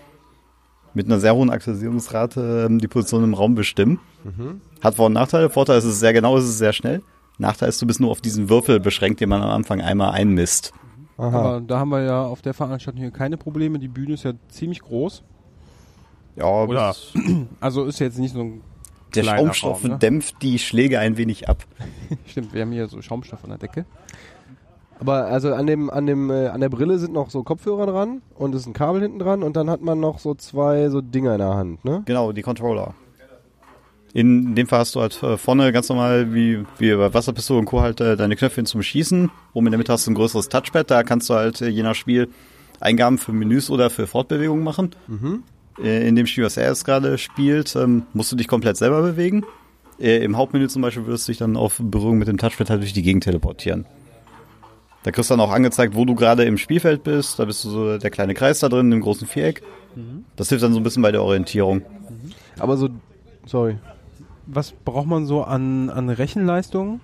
I: mit einer sehr hohen Aktualisierungsrate ähm, die Position im Raum bestimmen.
C: Mhm.
I: Hat Vor- und Nachteile. Vorteil ist es ist sehr genau, es ist sehr schnell. Nachteil ist, du bist nur auf diesen Würfel beschränkt, den man am Anfang einmal einmisst.
D: Aber da haben wir ja auf der Veranstaltung hier keine Probleme. Die Bühne ist ja ziemlich groß.
I: Ja,
D: Oder,
I: das-
G: [clears throat]
D: also ist jetzt nicht so ein
I: Der
D: kleiner
I: Schaumstoff
D: Raum, ne?
I: dämpft die Schläge ein wenig ab.
D: Stimmt, wir haben hier so Schaumstoff an der Decke.
C: aber also an dem an dem äh, an der Brille sind noch so Kopfhörer dran und ist ein Kabel hinten dran und dann hat man noch so zwei so Dinger in der Hand, ne?
I: Genau, die Controller. In dem Fall hast du halt äh, vorne ganz normal, wie, wie bei Wasserpistole und Co. halt äh, deine Knöpfe hin zum Schießen. Oben in der Mitte hast du ein größeres Touchpad, da kannst du halt äh, je nach Spiel Eingaben für Menüs oder für Fortbewegungen machen.
C: Mhm.
I: Äh, in dem Spiel, was er jetzt gerade spielt, ähm, musst du dich komplett selber bewegen. Äh, Im Hauptmenü zum Beispiel würdest du dich dann auf Berührung mit dem Touchpad halt durch die Gegend teleportieren. Da kriegst du dann auch angezeigt, wo du gerade im Spielfeld bist. Da bist du so der kleine Kreis da drin, im großen Viereck.
D: Mhm.
I: Das hilft dann so ein bisschen bei der Orientierung.
C: Aber so, sorry.
D: Was braucht man so an, an Rechenleistung,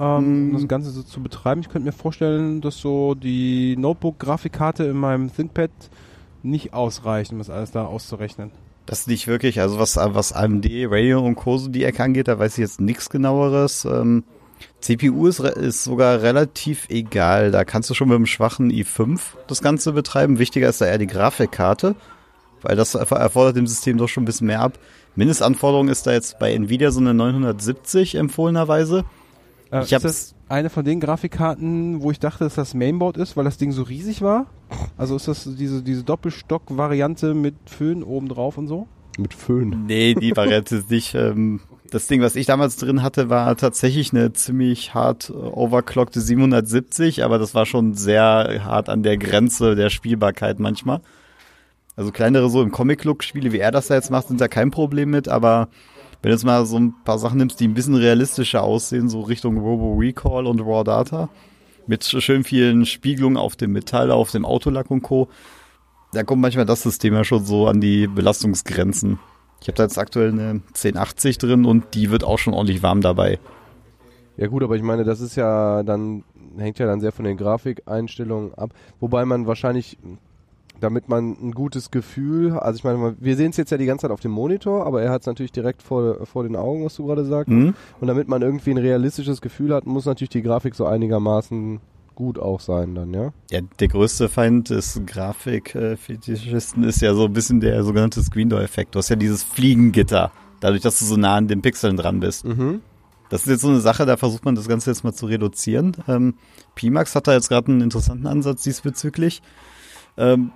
D: ähm, um das Ganze so zu betreiben? Ich könnte mir vorstellen, dass so die Notebook-Grafikkarte in meinem ThinkPad nicht ausreicht, um das alles da auszurechnen.
I: Das nicht wirklich. Also was, was AMD, Radio und Co. so die Ecke angeht, da weiß ich jetzt nichts genaueres. Ähm, CPU ist, re- ist sogar relativ egal. Da kannst du schon mit einem schwachen i5 das Ganze betreiben. Wichtiger ist da eher die Grafikkarte, weil das erf- erfordert dem System doch schon ein bisschen mehr ab. Mindestanforderung ist da jetzt bei Nvidia so eine 970 empfohlenerweise.
D: Äh,
I: ich
D: ist
I: habe
D: das eine von den Grafikkarten, wo ich dachte, dass das Mainboard ist, weil das Ding so riesig war? Also ist das diese, diese Doppelstock-Variante mit Föhn oben drauf und so?
C: Mit Föhn.
I: Nee, die Variante ist nicht. Ähm, das Ding, was ich damals drin hatte, war tatsächlich eine ziemlich hart äh, overclockte 770, aber das war schon sehr hart an der Grenze der Spielbarkeit manchmal. Also kleinere so im Comic-Look-Spiele, wie er das da jetzt macht, sind da kein Problem mit, aber wenn du jetzt mal so ein paar Sachen nimmst, die ein bisschen realistischer aussehen, so Richtung Robo Recall und Raw Data, mit sch- schön vielen Spiegelungen auf dem Metall, auf dem Autolack und Co., da kommt manchmal das System ja schon so an die Belastungsgrenzen. Ich habe da jetzt aktuell eine 1080 drin und die wird auch schon ordentlich warm dabei.
C: Ja gut, aber ich meine, das ist ja dann, hängt ja dann sehr von den Grafikeinstellungen ab. Wobei man wahrscheinlich, damit man ein gutes Gefühl, also ich meine, wir sehen es jetzt ja die ganze Zeit auf dem Monitor, aber er hat es natürlich direkt vor, vor den Augen, was du gerade sagst.
I: Mhm.
C: Und damit man irgendwie ein realistisches Gefühl hat, muss natürlich die Grafik so einigermaßen gut auch sein dann, ja?
I: Ja, der größte Feind des Grafikfetischisten ist ja so ein bisschen der sogenannte Screen-Door-Effekt. Du hast ja dieses Fliegengitter, dadurch, dass du so nah an den Pixeln dran bist. Das ist jetzt so eine Sache, da versucht man das Ganze jetzt mal zu reduzieren. Ähm, Pimax hat da jetzt gerade einen interessanten Ansatz diesbezüglich. Ähm,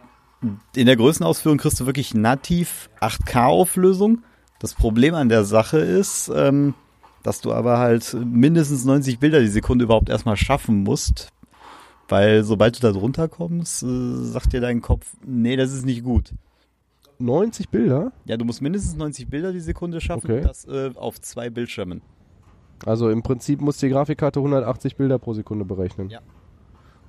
I: in der Größenausführung kriegst du wirklich nativ 8K-Auflösung. Das Problem an der Sache ist, ähm, dass du aber halt mindestens 90 Bilder die Sekunde überhaupt erstmal schaffen musst. Weil sobald du da drunter kommst, äh, sagt dir dein Kopf, nee, das ist nicht gut.
C: 90 Bilder?
I: Ja, du musst mindestens 90 Bilder die Sekunde schaffen,
C: Okay.
I: das äh, auf zwei Bildschirmen.
C: Also im Prinzip muss die Grafikkarte 180 Bilder pro Sekunde berechnen.
I: Ja.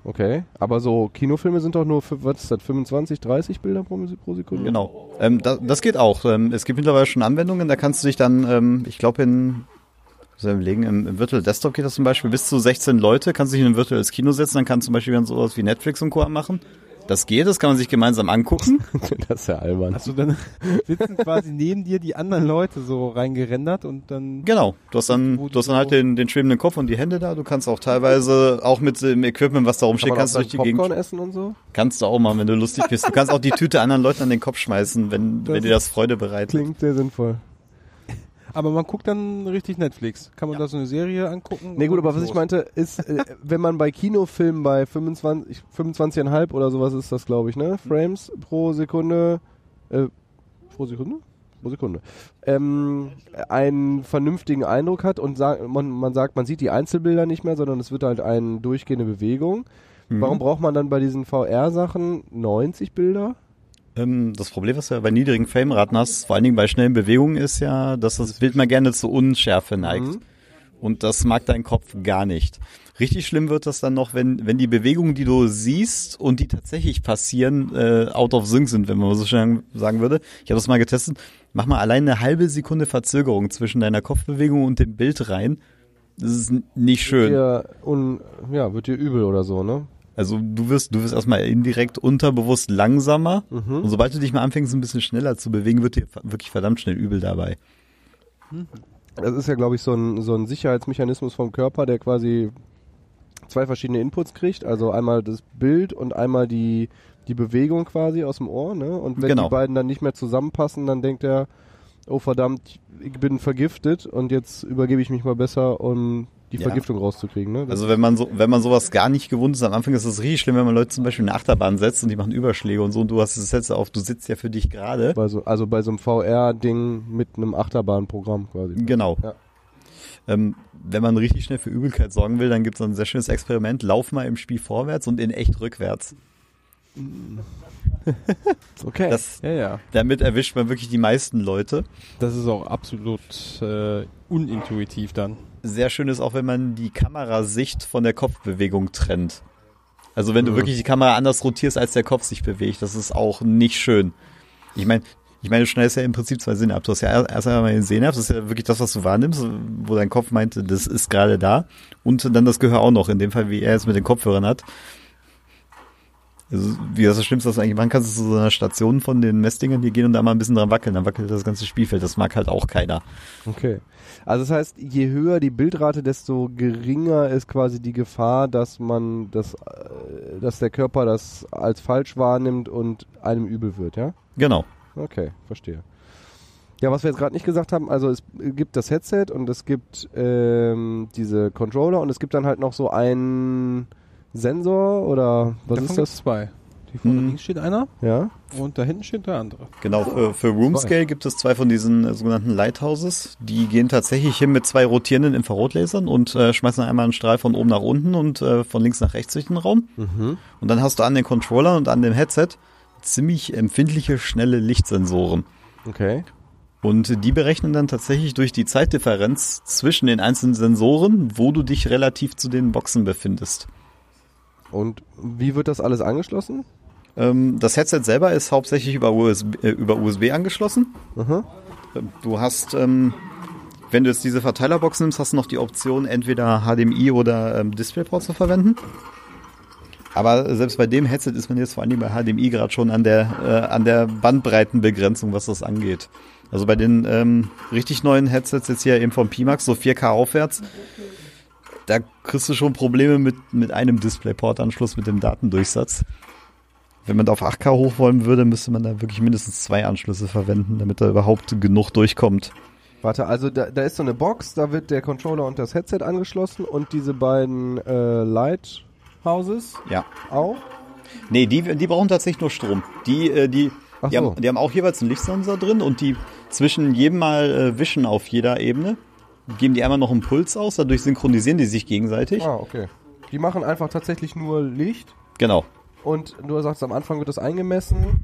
C: Okay, aber so Kinofilme sind doch nur, fü- was ist das, 25, 30 Bilder pro, pro Sekunde?
I: Genau. Ähm, da, das geht auch. Ähm, es gibt mittlerweile schon Anwendungen, da kannst du dich dann, ähm, ich glaube, in so im, Legen, im, im Virtual Desktop geht das zum Beispiel, bis zu 16 Leute kannst du dich in ein virtuelles Kino setzen, dann kannst du zum Beispiel dann sowas wie Netflix und Co. machen. Das geht, das kann man sich gemeinsam
C: [laughs]
I: angucken.
C: das ist ja albern.
D: Hast du dann [laughs] sitzen quasi neben dir die anderen Leute so reingerendert und dann.
I: Genau, du hast dann, du hast dann halt den, den schwebenden Kopf und die Hände da. Du kannst auch teilweise, auch mit dem Equipment, was da rumsteht,
C: man
I: kannst du
C: auch
I: durch die
C: dann
I: Gegend.
C: Popcorn essen und so?
I: Kannst du auch machen, wenn du lustig bist. Du kannst auch die Tüte anderen Leuten an den Kopf schmeißen, wenn,
C: Das
I: wenn dir das Freude bereitet.
C: Klingt sehr sinnvoll.
D: Aber man guckt dann richtig Netflix. Kann man da so eine Serie angucken?
C: Nee, gut,
D: oder
C: aber was
D: los?
C: ich meinte, ist, äh, wenn man bei Kinofilmen bei 25, 25,5 oder sowas ist das, glaube ich, ne? Frames pro Sekunde, äh, pro Sekunde? Pro Sekunde. Ähm, einen vernünftigen Eindruck hat und sa- man, man sagt, man sieht die Einzelbilder nicht mehr, sondern es wird halt eine durchgehende Bewegung.
I: Mhm.
C: Warum braucht man dann bei diesen VR-Sachen 90 Bilder?
I: Ähm, das Problem, was du ja bei niedrigen Frameraten hast, vor allen Dingen bei schnellen Bewegungen, ist ja, dass das Bild mal gerne zu Unschärfe neigt. Und das mag dein Kopf gar nicht. Richtig schlimm wird das dann noch, wenn, wenn die Bewegungen, die du siehst und die tatsächlich passieren, äh, out of sync sind, wenn man so schön sagen würde. Ich habe das mal getestet. Mach mal allein eine halbe Sekunde Verzögerung zwischen deiner Kopfbewegung und dem Bild rein. Das ist n- nicht schön.
C: Ja, un, ja, wird dir übel oder so, ne?
I: Also du wirst, du wirst erstmal indirekt unterbewusst langsamer.
C: Mhm.
I: Und sobald du dich mal anfängst, ein bisschen schneller zu bewegen, wird dir ver- wirklich verdammt schnell übel dabei.
C: Das ist ja, glaube ich, so ein, so ein Sicherheitsmechanismus vom Körper, der quasi zwei verschiedene Inputs kriegt. Also einmal das Bild und einmal die, die Bewegung quasi aus dem Ohr. Ne? Und wenn
I: Genau.
C: die beiden dann nicht mehr zusammenpassen, dann denkt er, oh verdammt, ich bin vergiftet und jetzt übergebe ich mich mal besser, um die
I: Ja.
C: Vergiftung rauszukriegen. Ne? Das-
I: Also wenn man so, wenn man sowas gar nicht gewohnt ist, am Anfang ist das richtig schlimm, wenn man Leute zum Beispiel in eine Achterbahn setzt und die machen Überschläge und so und du hast das Headset auf, du sitzt ja für dich gerade.
C: bei so, also bei so einem VR-Ding mit einem Achterbahnprogramm quasi.
I: Genau.
C: Ja.
I: Ähm, wenn man richtig schnell für Übelkeit sorgen will, dann gibt es ein sehr schönes Experiment. Lauf mal im Spiel vorwärts und in echt rückwärts.
C: Okay.
I: Das,
D: Ja, ja.
I: Damit erwischt man wirklich die meisten Leute.
D: Das ist auch absolut äh, unintuitiv dann.
I: sehr schön ist auch, wenn man die Kamerasicht von der Kopfbewegung trennt. Also wenn du
D: Mhm.
I: wirklich die Kamera anders rotierst, als der Kopf sich bewegt, das ist auch nicht schön. Ich meine, ich meine, du schneidest ja im Prinzip zwei Sinne ab. Du hast ja erst einmal den Sehnerv, das ist ja wirklich das, was du wahrnimmst, wo dein Kopf meinte, das ist gerade da. Und dann das Gehör auch noch, in dem Fall, wie er es mit den Kopfhörern hat. Also, wie das, das Schlimmste, was du eigentlich machen kannst, ist zu so einer Station von den Messdingern hier gehen und da mal ein bisschen dran wackeln. Dann wackelt das ganze Spielfeld. Das mag halt auch keiner.
C: Okay. Also das heißt, je höher die Bildrate, desto geringer ist quasi die Gefahr, dass man das, äh, dass der Körper das als falsch wahrnimmt und einem übel wird, ja?
I: Genau.
C: Okay, verstehe. Ja, was wir jetzt gerade nicht gesagt haben, also es gibt das Headset und es gibt ähm, diese Controller und es gibt dann halt noch so einen Sensor oder was
D: Davon
C: ist
D: gibt's
C: das?
D: zwei. Die
C: Mhm.
D: vorne links steht einer
C: Ja.
D: und da hinten steht der andere.
I: Genau, für, für Room
D: Zwei.
I: Scale gibt es zwei von diesen äh, sogenannten Lighthouses. Die gehen tatsächlich hin mit zwei rotierenden Infrarotlasern und äh, schmeißen einmal einen Strahl von oben nach unten und äh, von links nach rechts durch den Raum.
C: Mhm.
I: Und dann hast du an den Controller und an dem Headset ziemlich empfindliche, schnelle Lichtsensoren.
C: Okay.
I: Und äh, die berechnen dann tatsächlich durch die Zeitdifferenz zwischen den einzelnen Sensoren, wo du dich relativ zu den Boxen befindest.
C: Und wie wird das alles angeschlossen?
I: Ähm, das Headset selber ist hauptsächlich über USB, äh, über USB angeschlossen.
C: Mhm.
I: Ähm, Du hast, ähm, wenn du jetzt diese Verteilerbox nimmst, hast du noch die Option, entweder HDMI oder ähm, DisplayPort zu verwenden. Aber selbst bei dem Headset ist man jetzt vor allem bei HDMI gerade schon an der, äh, an der Bandbreitenbegrenzung, was das angeht. Also bei den ähm, richtig neuen Headsets jetzt hier eben vom Pimax, so 4K aufwärts, da kriegst du schon Probleme mit, mit einem DisplayPort-Anschluss, mit dem Datendurchsatz. Wenn man da auf 8K hoch wollen würde, müsste man da wirklich mindestens zwei Anschlüsse verwenden, damit da überhaupt genug durchkommt.
C: Warte, also da, da ist so eine Box, da wird der Controller und das Headset angeschlossen und diese beiden äh, Lighthouses
I: Ja.
C: auch.
I: Nee, die, die brauchen tatsächlich nur Strom. Die, äh, die,
C: Ach
I: die,
C: so.
I: haben, die haben auch jeweils einen Lichtsensor drin und die zwischen jedem Mal äh, wischen auf jeder Ebene, geben die einmal noch einen Puls aus, dadurch synchronisieren die sich gegenseitig.
C: Ah, okay. Die machen einfach tatsächlich nur Licht
I: Genau.
C: und du sagst, am Anfang wird das eingemessen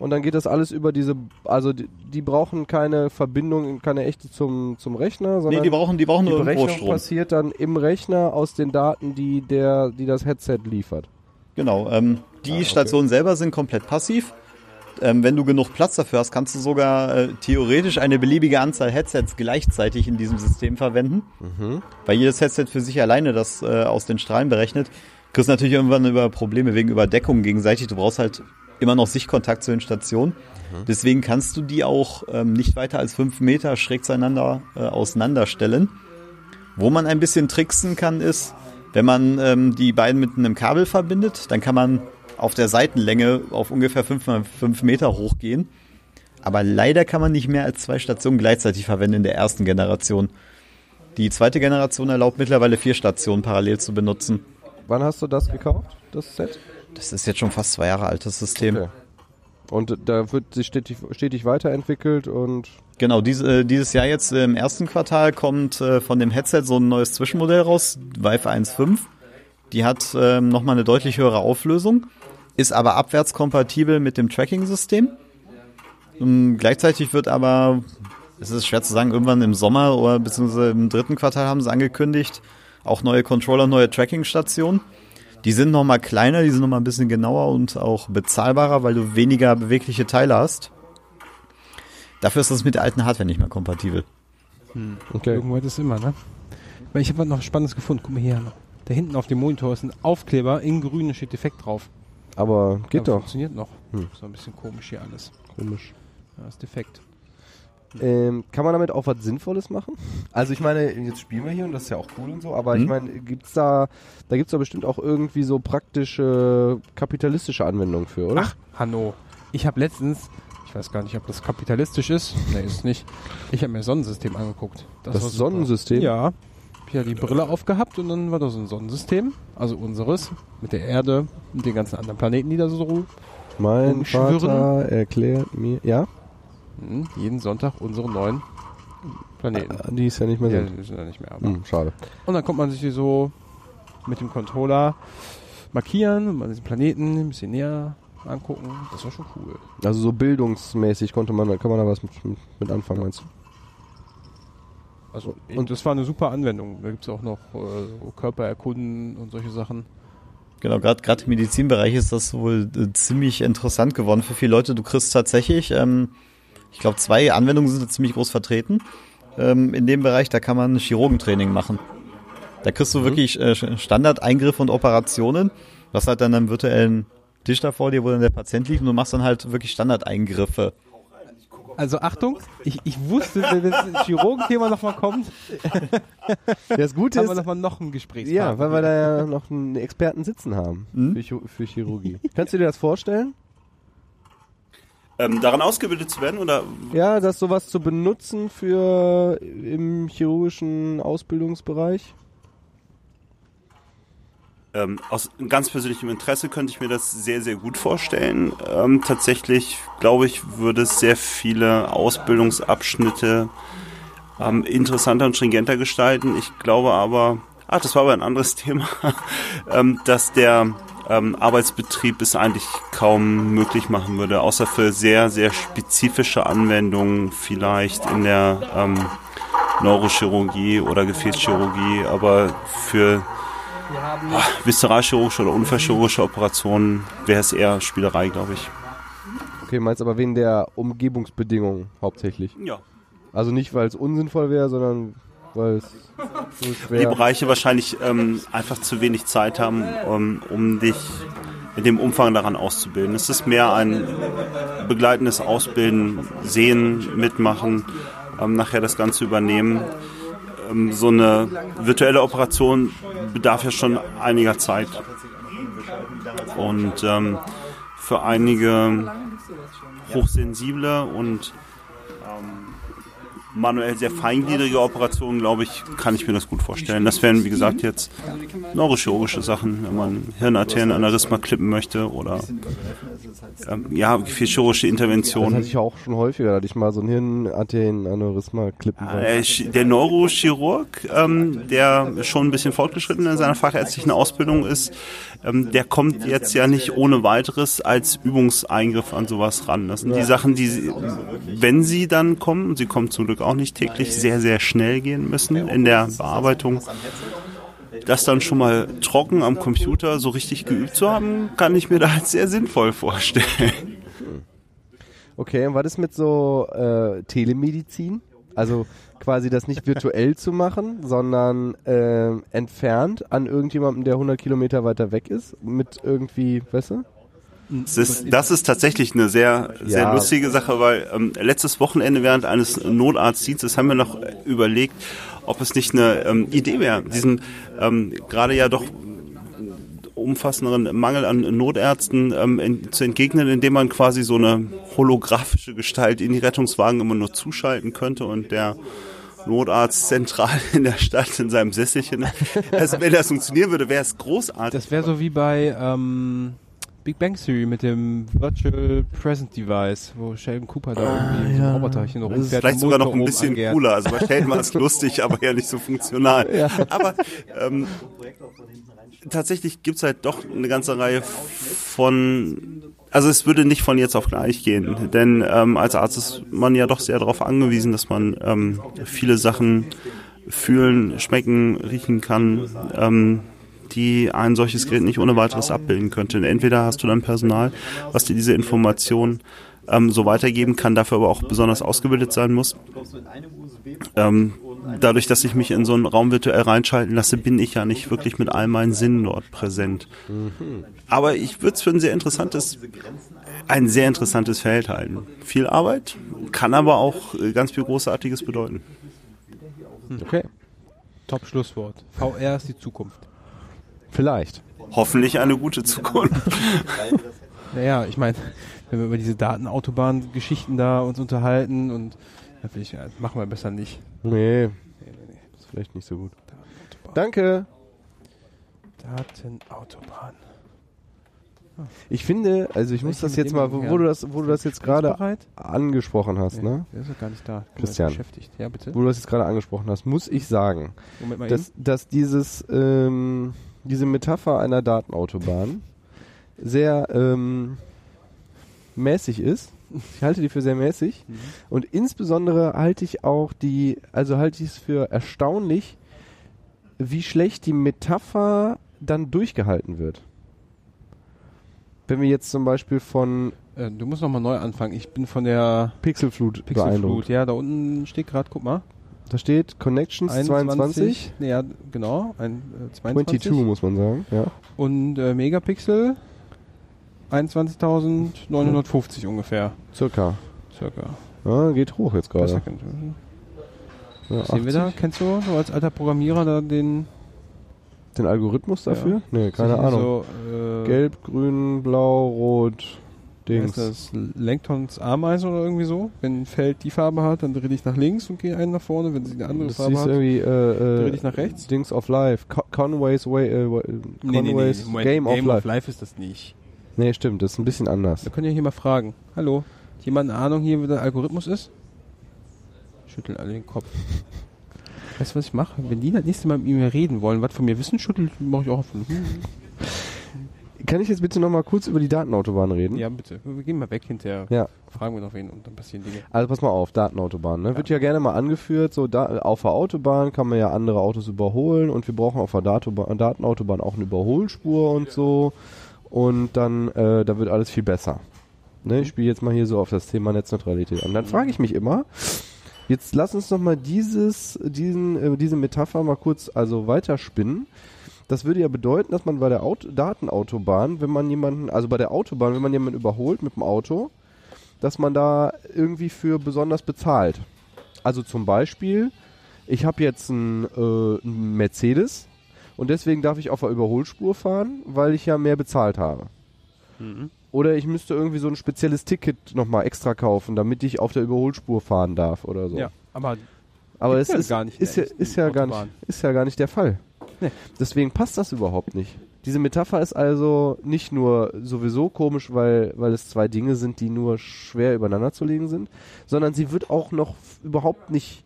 C: und dann geht das alles über diese, also die, die brauchen keine Verbindung, keine echte zum, zum Rechner, sondern
I: Nee, die brauchen, die brauchen
C: die
I: nur
C: Berechnung
I: Rohstrom.
C: passiert dann im Rechner aus den Daten, die der, die das Headset liefert.
I: Genau. Ähm, die Stationen selber sind komplett passiv. Ähm, wenn du genug Platz dafür hast, kannst du sogar äh, theoretisch eine beliebige Anzahl Headsets gleichzeitig in diesem System verwenden. Weil jedes Headset für sich alleine das äh, aus den Strahlen berechnet. Kriegst natürlich irgendwann über Probleme wegen Überdeckung gegenseitig. Du brauchst halt immer noch Sichtkontakt zu den Stationen. Deswegen kannst du die auch ähm, nicht weiter als fünf Meter schräg zueinander äh, auseinanderstellen. Wo man ein bisschen tricksen kann, ist, wenn man ähm, die beiden mit einem Kabel verbindet, dann kann man auf der Seitenlänge auf ungefähr 5 mal 5 Meter hochgehen. Aber leider kann man nicht mehr als zwei Stationen gleichzeitig verwenden in der ersten Generation. Die zweite Generation erlaubt mittlerweile vier Stationen parallel zu benutzen.
C: Wann hast du das gekauft, das Set?
I: Das ist jetzt schon fast zwei Jahre altes System.
C: Und da wird sich stetig, stetig weiterentwickelt und
I: Genau, dies, äh, dieses Jahr jetzt im ersten Quartal kommt äh, von dem Headset so ein neues Zwischenmodell raus, Vive 1.5. Die hat ähm, nochmal eine deutlich höhere Auflösung, ist aber abwärtskompatibel mit dem Tracking-System. Ähm, gleichzeitig wird aber, es ist schwer zu sagen, irgendwann im Sommer oder beziehungsweise im dritten Quartal haben sie angekündigt, auch neue Controller, neue Tracking-Stationen. Die sind nochmal kleiner, die sind nochmal ein bisschen genauer und auch bezahlbarer, weil du weniger bewegliche Teile hast. Dafür ist das mit der alten Hardware nicht mehr kompatibel.
D: Okay. Irgendwo hat es immer, ne? Ich meine, Ich habe was noch Spannendes gefunden. Guck mal hier. Da hinten auf dem Monitor ist ein Aufkleber in grün, da steht defekt drauf.
C: aber geht
D: Aber
C: doch.
D: Funktioniert noch.
C: Hm.
D: Ist doch ein bisschen komisch hier alles.
C: Komisch.
D: Ja, ist defekt.
C: Ähm, kann man damit auch was Sinnvolles machen? Also ich meine, jetzt spielen wir hier und das ist ja auch cool und so, aber
D: Mhm.
C: ich
I: Hm?
C: meine, gibt's da, da gibt's da bestimmt auch irgendwie so praktische kapitalistische Anwendungen für, oder?
D: Ach, Hanno. Ich habe letztens, ich weiß gar nicht, ob das kapitalistisch ist. Nee, ist nicht. Ich habe mir Sonnensystem angeguckt.
C: Das
D: war super.
C: Sonnensystem?
D: Ja. Ich habe die Brille aufgehabt und dann war da so ein Sonnensystem. Also unseres. Mit der Erde und den ganzen anderen Planeten, die da so rum-
C: mein
D: umschwirren.
C: Vater erklärt mir, ja,
D: Hm, jeden Sonntag unsere neuen Planeten.
C: die ist ja nicht mehr
D: Ja,
C: so.
D: die sind da nicht mehr. Aber.
C: Hm, schade.
D: Und dann kommt man sich die so mit dem Controller markieren, und mal diesen Planeten ein bisschen näher angucken. Das war schon cool.
C: Also so bildungsmäßig konnte man, kann man da was mit, mit anfangen, meinst du?
D: Also, und das war eine super Anwendung. Da gibt es auch noch äh, so Körpererkunden und solche Sachen.
I: Genau, gerade gerade im Medizinbereich ist das wohl äh, ziemlich interessant geworden für viele Leute. Du kriegst tatsächlich, ähm, ich glaube, zwei Anwendungen sind da ziemlich groß vertreten. Ähm, in dem Bereich, da kann man Chirurgentraining machen. Da kriegst du wirklich äh, Standardeingriffe und Operationen. Was halt dann am virtuellen Tisch da vor dir, wo dann der Patient liegt, und du machst dann halt wirklich Standardeingriffe.
D: Also Achtung, ich, ich wusste, wenn das Chirurgenthema nochmal kommt,
C: Das Gute
D: haben wir
C: ist,
D: nochmal noch ein Gespräch.
C: ja, weil wir da ja noch einen Experten sitzen haben
D: Hm?
C: für, Chi- für Chirurgie. Kannst du dir das vorstellen?
G: Ähm, daran ausgebildet zu werden oder
C: Ja, das sowas zu benutzen für im chirurgischen Ausbildungsbereich?
G: Ähm, aus ganz persönlichem Interesse könnte ich mir das sehr, sehr gut vorstellen. Ähm, tatsächlich, glaube ich, würde es sehr viele Ausbildungsabschnitte ähm, interessanter und stringenter gestalten. Ich glaube aber, ach, das war aber ein anderes [laughs] Thema, ähm, dass der ähm, Arbeitsbetrieb es eigentlich kaum möglich machen würde, außer für sehr, sehr spezifische Anwendungen vielleicht in der ähm, Neurochirurgie oder Gefäßchirurgie, aber für viszeralchirurgische oder unfallchirurgische Operationen wäre es eher Spielerei, glaube ich.
C: Okay, meinst aber wegen der Umgebungsbedingungen hauptsächlich.
G: Ja.
C: Also nicht, weil es unsinnvoll wäre, sondern
G: [laughs]
C: weil es so
G: Die
C: schwer
G: Bereiche wahrscheinlich ähm, einfach zu wenig Zeit haben, um, um dich in dem Umfang daran auszubilden. Es ist mehr ein begleitendes Ausbilden, Sehen, Mitmachen, ähm, nachher das Ganze übernehmen. Ähm, so eine virtuelle Operation bedarf ja schon einiger Zeit. Und ähm, für einige hochsensible und ähm, manuell sehr feingliedrige Operationen, glaube ich, kann ich mir das gut vorstellen. Das wären, wie gesagt, jetzt neurochirurgische Sachen, wenn man Hirnarterienaneurysma klippen möchte oder ähm, ja, gefäßchirurgische
C: Das hatte
G: Interventionen.
C: ich ja auch schon häufiger, dass ich mal so ein Hirnarterienaneurysma klippen wollte.
G: Der Chi- Der Neurochirurg, ähm, der schon ein bisschen fortgeschritten in seiner fachärztlichen Ausbildung ist, ähm, der kommt jetzt ja nicht ohne weiteres als Übungseingriff an sowas ran. Das sind die Sachen, die, sie- wenn sie dann kommen, und sie kommen zum Glück auch nicht täglich, sehr, sehr schnell gehen müssen in der Bearbeitung. Das dann schon mal trocken am Computer so richtig geübt zu haben, kann ich mir da als sehr sinnvoll vorstellen.
C: Okay, und was ist mit so äh, Telemedizin? Also quasi das nicht virtuell zu machen, sondern ähm, entfernt an irgendjemandem, der 100 Kilometer weiter weg ist, mit irgendwie, weißt du?
G: Das ist, das ist tatsächlich eine sehr, sehr
C: Ja.
G: lustige Sache, weil ähm, letztes Wochenende während eines Notarztdienstes haben wir noch äh, überlegt, ob es nicht eine ähm, Idee wäre, diesen ähm, gerade ja doch umfassenderen Mangel an Notärzten ähm, in, zu entgegnen, indem man quasi so eine holographische Gestalt in die Rettungswagen immer nur zuschalten könnte und der Notarzt zentral in der Stadt in seinem Sesselchen. Also wenn das funktionieren würde, wäre es großartig.
D: Das wäre so wie bei ähm, Big Bang Theory mit dem Virtual Present Device, wo Sheldon Cooper da irgendwie so ein Roboterchen
G: Ah, Das ist
D: rumfährt.
G: vielleicht
D: und
G: sogar noch
D: Motor
G: ein
D: oben
G: bisschen
D: angeht.
G: cooler. Also bei Sheldon war es lustig, aber ja nicht so funktional.
D: Ja.
G: Aber ähm, tatsächlich gibt's halt doch eine ganze Reihe von... Also es würde nicht von jetzt auf gleich gehen, denn ähm, als Arzt ist man ja doch sehr darauf angewiesen, dass man ähm, viele Sachen fühlen, schmecken, riechen kann, ähm, die ein solches Gerät nicht ohne weiteres abbilden könnte. Entweder hast du dann Personal, was dir diese Informationen ähm, so weitergeben kann, dafür aber auch besonders ausgebildet sein muss. Ähm, dadurch, dass ich mich in so einen Raum virtuell reinschalten lasse, bin ich ja nicht wirklich mit all meinen Sinnen dort präsent. Aber ich würde es für ein sehr interessantes, ein sehr interessantes Feld halten. Viel Arbeit, kann aber auch äh, ganz viel Großartiges bedeuten.
D: Okay. Top Schlusswort. VR ist die Zukunft.
C: Vielleicht.
G: Hoffentlich eine gute Zukunft.
D: Naja, ich meine, [laughs] wenn wir über diese Datenautobahn-Geschichten da uns unterhalten und ja, will ich, ja, machen wir besser nicht.
C: Nee. Ist vielleicht nicht so gut. Danke.
D: Datenautobahn.
C: Ich finde, also ich muss
D: Welche
C: das
D: mit
C: jetzt
D: dem
C: mal, wo, wo
D: Herrn?
C: du das, wo du das jetzt gerade
D: bereit?
C: angesprochen hast,
D: Nee,
C: ne?
D: der ist doch gar nicht da. Der ist
C: Christian.
D: beschäftigt. Ja, bitte.
C: Wo du das jetzt gerade angesprochen hast, muss ich sagen,
D: Moment mal
C: dass, dass dieses, ähm, diese Metapher einer Datenautobahn sehr ähm, mäßig ist. Ich halte die für sehr mäßig. Und insbesondere halte ich auch die, also halte ich es für erstaunlich, wie schlecht die Metapher dann durchgehalten wird. Wenn wir jetzt zum Beispiel von
D: Äh, du musst nochmal neu anfangen. Ich bin von der
C: Pixelflut,
D: Pixelflut.
C: beeindruckt.
D: Ja, da unten steht gerade, guck mal.
C: Da steht Connections 22,
D: Nee, ja, genau. Ein, äh, 22.
C: 22 muss man sagen, ja.
D: Und äh, Megapixel 21.950 ungefähr.
C: Circa.
D: Circa.
C: Ja, geht hoch jetzt gerade.
D: Besser kennt-
C: Ja,
D: Sehen wir da?
C: 80.
D: Kennst du, du als alter Programmierer da den
C: Den Algorithmus dafür?
D: Ja.
C: Nee, keine
D: Sicher
C: Ahnung.
D: So, äh,
C: Gelb, grün, blau, rot,
D: Dings.
C: Dings.
D: Ist das Langtons Ameise oder irgendwie so? Wenn ein Feld die Farbe hat, dann drehe ich nach links und gehe einen nach vorne. Wenn sie eine andere
C: Das
D: Farbe
C: hieß
D: hat,
C: irgendwie äh,
D: dreh
C: äh,
D: dich nach rechts.
C: Dings of Life. Co Conway's Way, äh, wa- äh, Conway's
D: Moment,
C: Game, of Life.
D: ist das nicht.
C: Nee, stimmt, das ist ein bisschen anders.
D: Wir können ja hier mal fragen. Hallo, hat jemand eine Ahnung hier, wie der Algorithmus ist? Schütteln alle den [laughs] Kopf. Weißt du, was ich mache? Wenn die das nächste Mal mit mir reden wollen, was von mir wissen, schüttelt, mache ich auch auf. Hm.
C: Kann ich jetzt bitte nochmal kurz über die Datenautobahn reden?
D: Ja, bitte. Wir gehen mal weg hinterher.
C: Ja.
D: Fragen wir noch wen und dann passieren Dinge.
C: Also pass mal auf, Datenautobahn. Ne? Wird ja gerne mal angeführt, so da, auf der Autobahn kann man ja andere Autos überholen und wir brauchen auf der Datoba- Datenautobahn auch eine Überholspur und so. Und dann, äh, da wird alles viel besser. Ne? Ich spiele jetzt mal hier so auf das Thema Netzneutralität an. Dann frage ich mich immer, jetzt lass uns noch mal dieses, diesen, äh, diese Metapher mal kurz also weiterspinnen. Das würde ja bedeuten, dass man bei der Aut Datenautobahn, wenn man jemanden, also bei der Autobahn, wenn man jemanden überholt mit dem Auto, dass man da irgendwie für besonders bezahlt. Also zum Beispiel, ich habe jetzt einen äh, einen Mercedes und deswegen darf ich auf der Überholspur fahren, weil ich ja mehr bezahlt habe. Oder ich müsste irgendwie so ein spezielles Ticket nochmal extra kaufen, damit ich auf der Überholspur fahren darf oder so.
D: Ja, aber
C: Aber
D: Gibt's
C: es
D: ja
C: ist,
D: gar nicht in
C: ist, ja,
D: der echten
C: ist, ja gar nicht,
D: Autobahn.
C: ist ja gar nicht der Fall.
D: Nee.
C: Deswegen passt das überhaupt nicht. Diese Metapher ist also nicht nur sowieso komisch, weil, weil es zwei Dinge sind, die nur schwer übereinander zu legen sind, sondern sie wird auch noch f- überhaupt nicht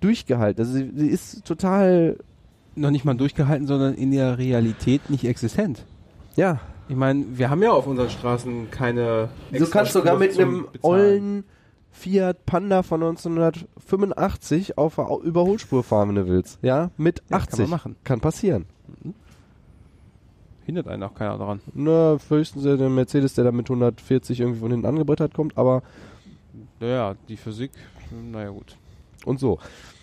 C: durchgehalten. Also sie, sie ist total,
D: noch nicht mal durchgehalten, sondern in der Realität nicht existent.
C: ja.
D: Ich meine, wir haben ja auf unseren Straßen keine.
C: Du kannst sogar mit einem
D: ollen
C: ollen Fiat Panda von 1985 auf der Au- Überholspur fahren, wenn du willst. Ja, mit
D: Ja, kann man
C: 80.
D: machen.
C: Kann passieren.
D: Hindert einen auch keiner daran.
C: Na, Ne, höchstens der Mercedes, der da mit 140 irgendwie von hinten angebrettert kommt, aber
D: Naja, die Physik, naja gut,
C: und so.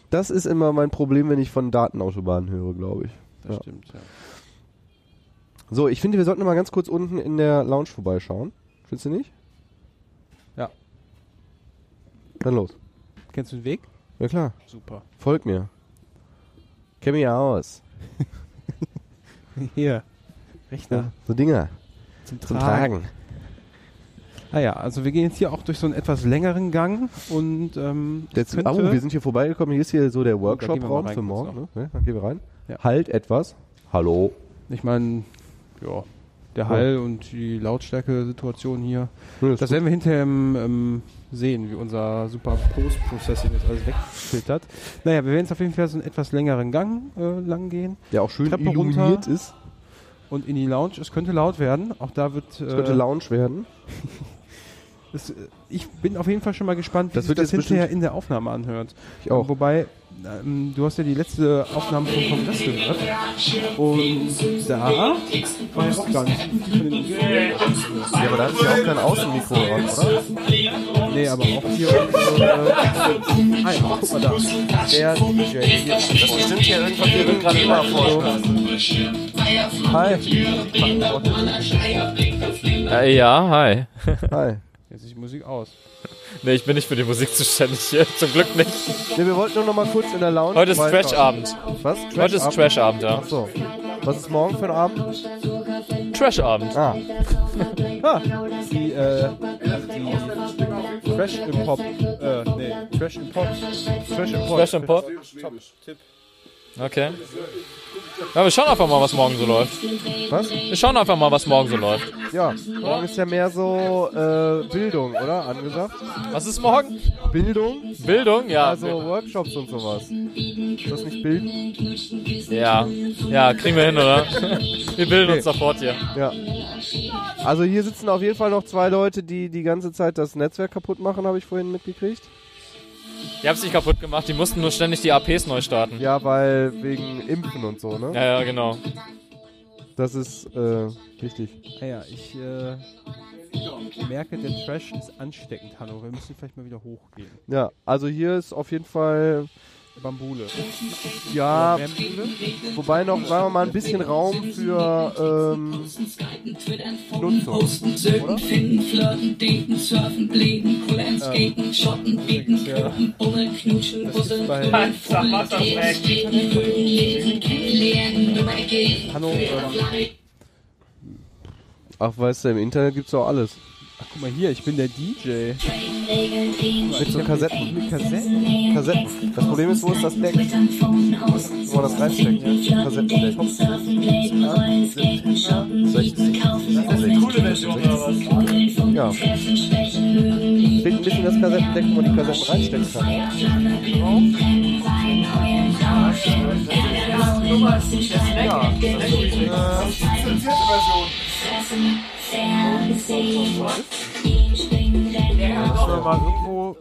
C: Das ist immer mein Problem, wenn ich von Datenautobahnen höre, glaube ich.
D: das
C: Ja.
D: stimmt. Ja.
C: So, ich finde, wir sollten noch mal ganz kurz unten in der Lounge vorbeischauen. Findest du nicht?
D: Ja.
C: Dann los.
D: Kennst du den Weg?
C: Ja klar,
D: Super.
C: folg mir. Kenn mich ja aus.
D: Hier. Rechner.
C: So Dinger.
D: Zum
C: Zum
D: Tragen.
C: Tragen.
D: Naja, also wir gehen jetzt hier auch durch so einen etwas längeren Gang und ähm, es
C: Jetzt,
D: könnte- Oh,
C: oh, wir sind hier vorbeigekommen. Hier ist hier so der
D: gehen wir mal
C: Workshop-Raum
D: rein
C: für
D: kurz
C: morgen.
D: noch.
C: Ne? Dann gehen wir rein.
D: Ja.
C: Halt etwas. Hallo.
D: Ich meine, ja, der Hall und die Lautstärke-Situation hier.
C: Ja,
D: das
C: ist
D: werden wir hinterher ähm, ähm, sehen, wie unser super Post-Processing jetzt alles wegfiltert. Naja, wir werden jetzt auf jeden Fall so einen etwas längeren Gang äh, lang gehen.
C: Der auch schön
D: Treppe
C: illuminiert
D: runter.
C: ist.
D: Und in die Lounge. Es könnte laut werden. Auch da wird. äh,
C: Es
L: Äh.
C: könnte Lounge werden.
D: Es, äh, ich bin auf jeden Fall schon mal gespannt, wie
C: Das
D: sich
C: wird
D: das
C: jetzt
D: hinterher
C: bestimmt-
D: in der Aufnahme anhört.
C: Ich auch.
D: Wobei, ähm, du hast ja die letzte Aufnahme vom Kongress gehört. Und da war ja auch gar nicht.
C: Ja, aber da hat ja auch kein Außenmikro dran, oder?
D: Nee, aber auch hier. Äh, ah, ja, guck mal da.
C: Der DJ hier. Das stimmt ja irgendwas, hier wird gerade immer
L: Äh, ja, hi.
C: Hi.
D: Jetzt ist die Musik aus.
L: nee, ich bin nicht für die Musik zuständig hier. [laughs] Zum Glück nicht.
C: Ne, wir wollten nur noch mal kurz in der Lounge.
L: Heute ist
C: weiter-
L: Trashabend.
C: Was?
L: Heute ist Trashabend, ja.
C: Ach so. Was ist morgen für ein Abend?
L: Trashabend.
C: Ah. [laughs]
D: Ah, die, äh, die Trash im Pop. Äh, nee, Trash im Pop. Trash im Pop.
L: Trash im Pop. Okay. Ja, wir schauen einfach mal, was morgen so läuft.
C: Was?
L: Wir schauen einfach mal, was morgen so läuft.
C: Ja, morgen ist ja mehr so äh, Bildung, oder? Angesagt?
L: Was ist morgen?
C: Bildung?
L: Bildung, ja.
C: Also Workshops und sowas. Ist das nicht Bilden?
L: Ja. Ja, kriegen wir hin,
C: [laughs]
L: oder? Wir bilden uns sofort hier.
C: Ja. Also hier sitzen auf jeden Fall noch zwei Leute, die die ganze Zeit das Netzwerk kaputt machen, habe ich vorhin mitgekriegt.
L: Die haben's nicht kaputt gemacht, die mussten nur ständig die APs neu starten.
H: Mhm.
C: Ja, weil wegen Impfen und so, ne?
L: Ja, ja, genau.
C: Das ist äh, wichtig.
D: Naja, ich äh, merke, der Trash ist ansteckend, Hanno. Wir müssen vielleicht mal wieder hochgehen.
C: Ja, also hier ist auf jeden Fall
D: Bambule.
C: Ja,
D: Oder Bambule?
C: wobei noch, sagen wir mal, ein bisschen Raum für ähm, Nutzung. Oder?
D: Hanno, ähm,
C: Ach, weißt du, im Internet gibt's auch alles.
D: ach, guck mal hier, ich bin der DJ.
C: Mit so Kassetten.
D: Mit Kassetten.
C: Kassetten. Das Problem ist, wo ist das Deck? Wo man das reinsteckt. Kassettendeck. Ja. Fehlt ein bisschen das Kassettendeck, wo man die Kassetten reinstecken kann.
D: mal irgendwo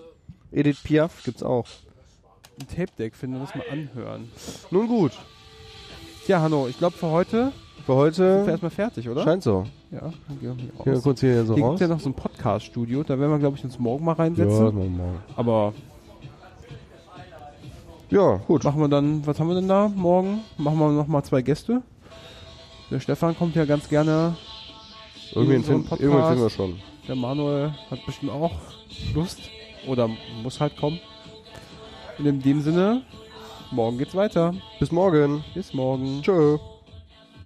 C: Edith Piaf gibt's auch.
D: ein Tape-Deck finden und das mal anhören.
C: Nun gut,
D: Ja, Hanno, ich glaube für heute
C: für
D: sind wir
C: heute
D: erstmal fertig, oder?
C: scheint so.
D: Ja, dann gehen wir
C: Gehen
D: hier
C: wir
D: raus.
C: kurz hier so
D: Hier gibt
C: raus.
D: ja noch so ein Podcast-Studio, da werden wir, glaube ich, uns morgen mal
C: Ja,
D: reinsetzen.
C: normal.
D: Aber
C: Ja, gut.
D: machen wir dann, was haben wir denn da morgen? Machen wir nochmal zwei Gäste. Der Stefan kommt ja ganz gerne,
C: Irgendwen
D: so ein
C: finden
D: Podcast.
C: irgendwen finden wir schon.
D: der Manuel hat bestimmt auch Lust oder muss halt kommen. Und in dem Sinne, morgen geht's weiter.
C: Bis morgen.
D: Bis morgen.
C: Tschö.